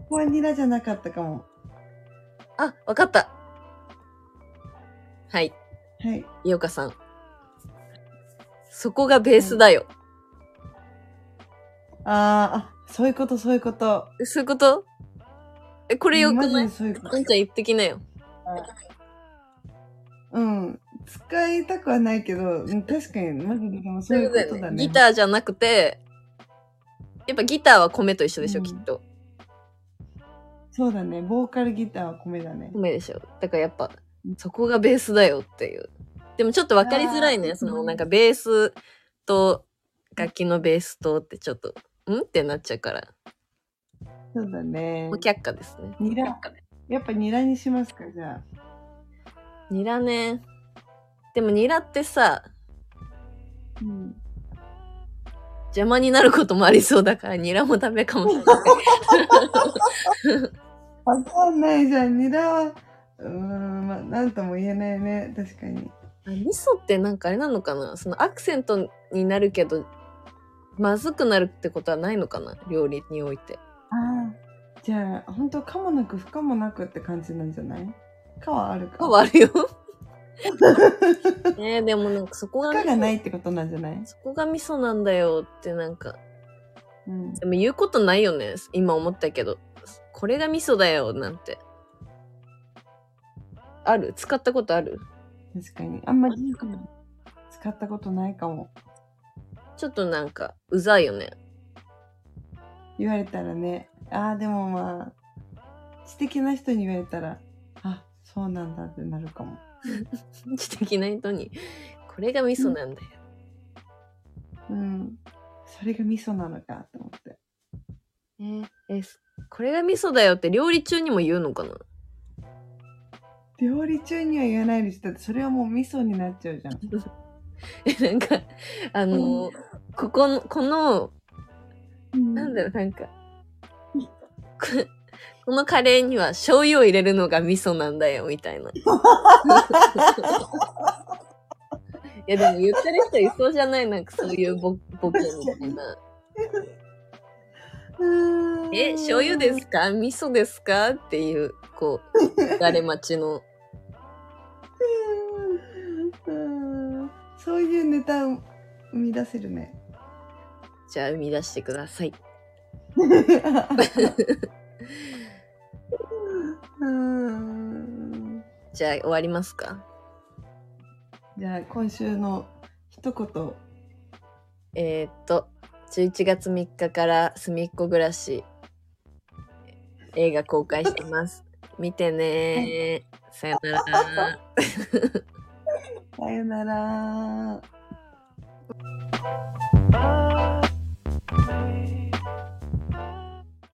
[SPEAKER 1] こはニラじゃなかったかも
[SPEAKER 2] あ、わかった。はい、
[SPEAKER 1] はい
[SPEAKER 2] 井岡さん。そこがベースだよ。
[SPEAKER 1] あーあそういうことそういうこと
[SPEAKER 2] そういうことえ、こ
[SPEAKER 1] こ
[SPEAKER 2] れよくない
[SPEAKER 1] そういうこと
[SPEAKER 2] あんちゃん言ってきなよ。
[SPEAKER 1] うん使いたくはないけどうん確かにマジででもそういう
[SPEAKER 2] だよ
[SPEAKER 1] ことだ
[SPEAKER 2] ね
[SPEAKER 1] ね
[SPEAKER 2] ギターじゃなくて、やっぱギターは米と一緒でしょ、
[SPEAKER 1] うん
[SPEAKER 2] きっと。
[SPEAKER 1] そうだねボーカルギターは米だね
[SPEAKER 2] 米でしょ。だからやっぱ、そこがベースだよっていう。でもちょっとわかりづらい
[SPEAKER 1] あ
[SPEAKER 2] ね。
[SPEAKER 1] ー
[SPEAKER 2] その、
[SPEAKER 1] うん
[SPEAKER 2] なんかベースと、楽器のベースとってちょっと、んってなっちゃうから。
[SPEAKER 1] そうだね
[SPEAKER 2] もう却下ですね。
[SPEAKER 1] ニ
[SPEAKER 2] 却
[SPEAKER 1] ラ
[SPEAKER 2] 下
[SPEAKER 1] やっぱニラにしますかじゃあ
[SPEAKER 2] ニラね。でもニラってさ、
[SPEAKER 1] うん
[SPEAKER 2] 邪魔になることもありそうだから、ニラもダメかもしれない。
[SPEAKER 1] わかんないじゃんニラはうーんまあなんとも言えないね確かに
[SPEAKER 2] あ味噌ってなんかあれなのかなそのアクセントになるけど、まずくなるってことはないのかな料理において。
[SPEAKER 1] ああじゃあ本当可もなく不可もなくって感じなんじゃない可はあるか
[SPEAKER 2] あ、あるよ。ねでもなんかそこが
[SPEAKER 1] 他がないってことなんじゃない
[SPEAKER 2] そこがミソなんだよってなんか
[SPEAKER 1] うん。
[SPEAKER 2] でも言うことないよね今思ったけどこれがミソだよなんてある使ったことある
[SPEAKER 1] 確かに。あんまり使ったことないかも。
[SPEAKER 2] ちょっとなんかうざいよね
[SPEAKER 1] 言われたらね。ああ、でもまあ、知的な人に言われたら、あ、そうなんだってなるかも。
[SPEAKER 2] 知的な人にこれがミソなんだよ、
[SPEAKER 1] うん。それが味噌なのかって思って。
[SPEAKER 2] ねえすこれがミソだよって料理中にも言うのかな
[SPEAKER 1] 料理中には言わないでしょだってそれはもう味噌になっちゃうじゃん。
[SPEAKER 2] えなんかあのここのこのなんだろうなんかここのカレーには醤油を入れるのが味噌なんだよみたい ないやでも言ってる人いそうじゃないなんかそういうボボケみたいな
[SPEAKER 1] うーん
[SPEAKER 2] え、醤油ですか味噌ですかっていう、こ う、誰待ちの。
[SPEAKER 1] うーんうーんそういうネタを生み出せる ね。
[SPEAKER 2] じゃあ、生み出してください。
[SPEAKER 1] うーん
[SPEAKER 2] じゃあ、終わりますか
[SPEAKER 1] じゃあ今週の一言
[SPEAKER 2] えー、っと、11月3日から、すみっこ暮らし、映画公開してます。見てねー。さよなら。
[SPEAKER 1] さよなら。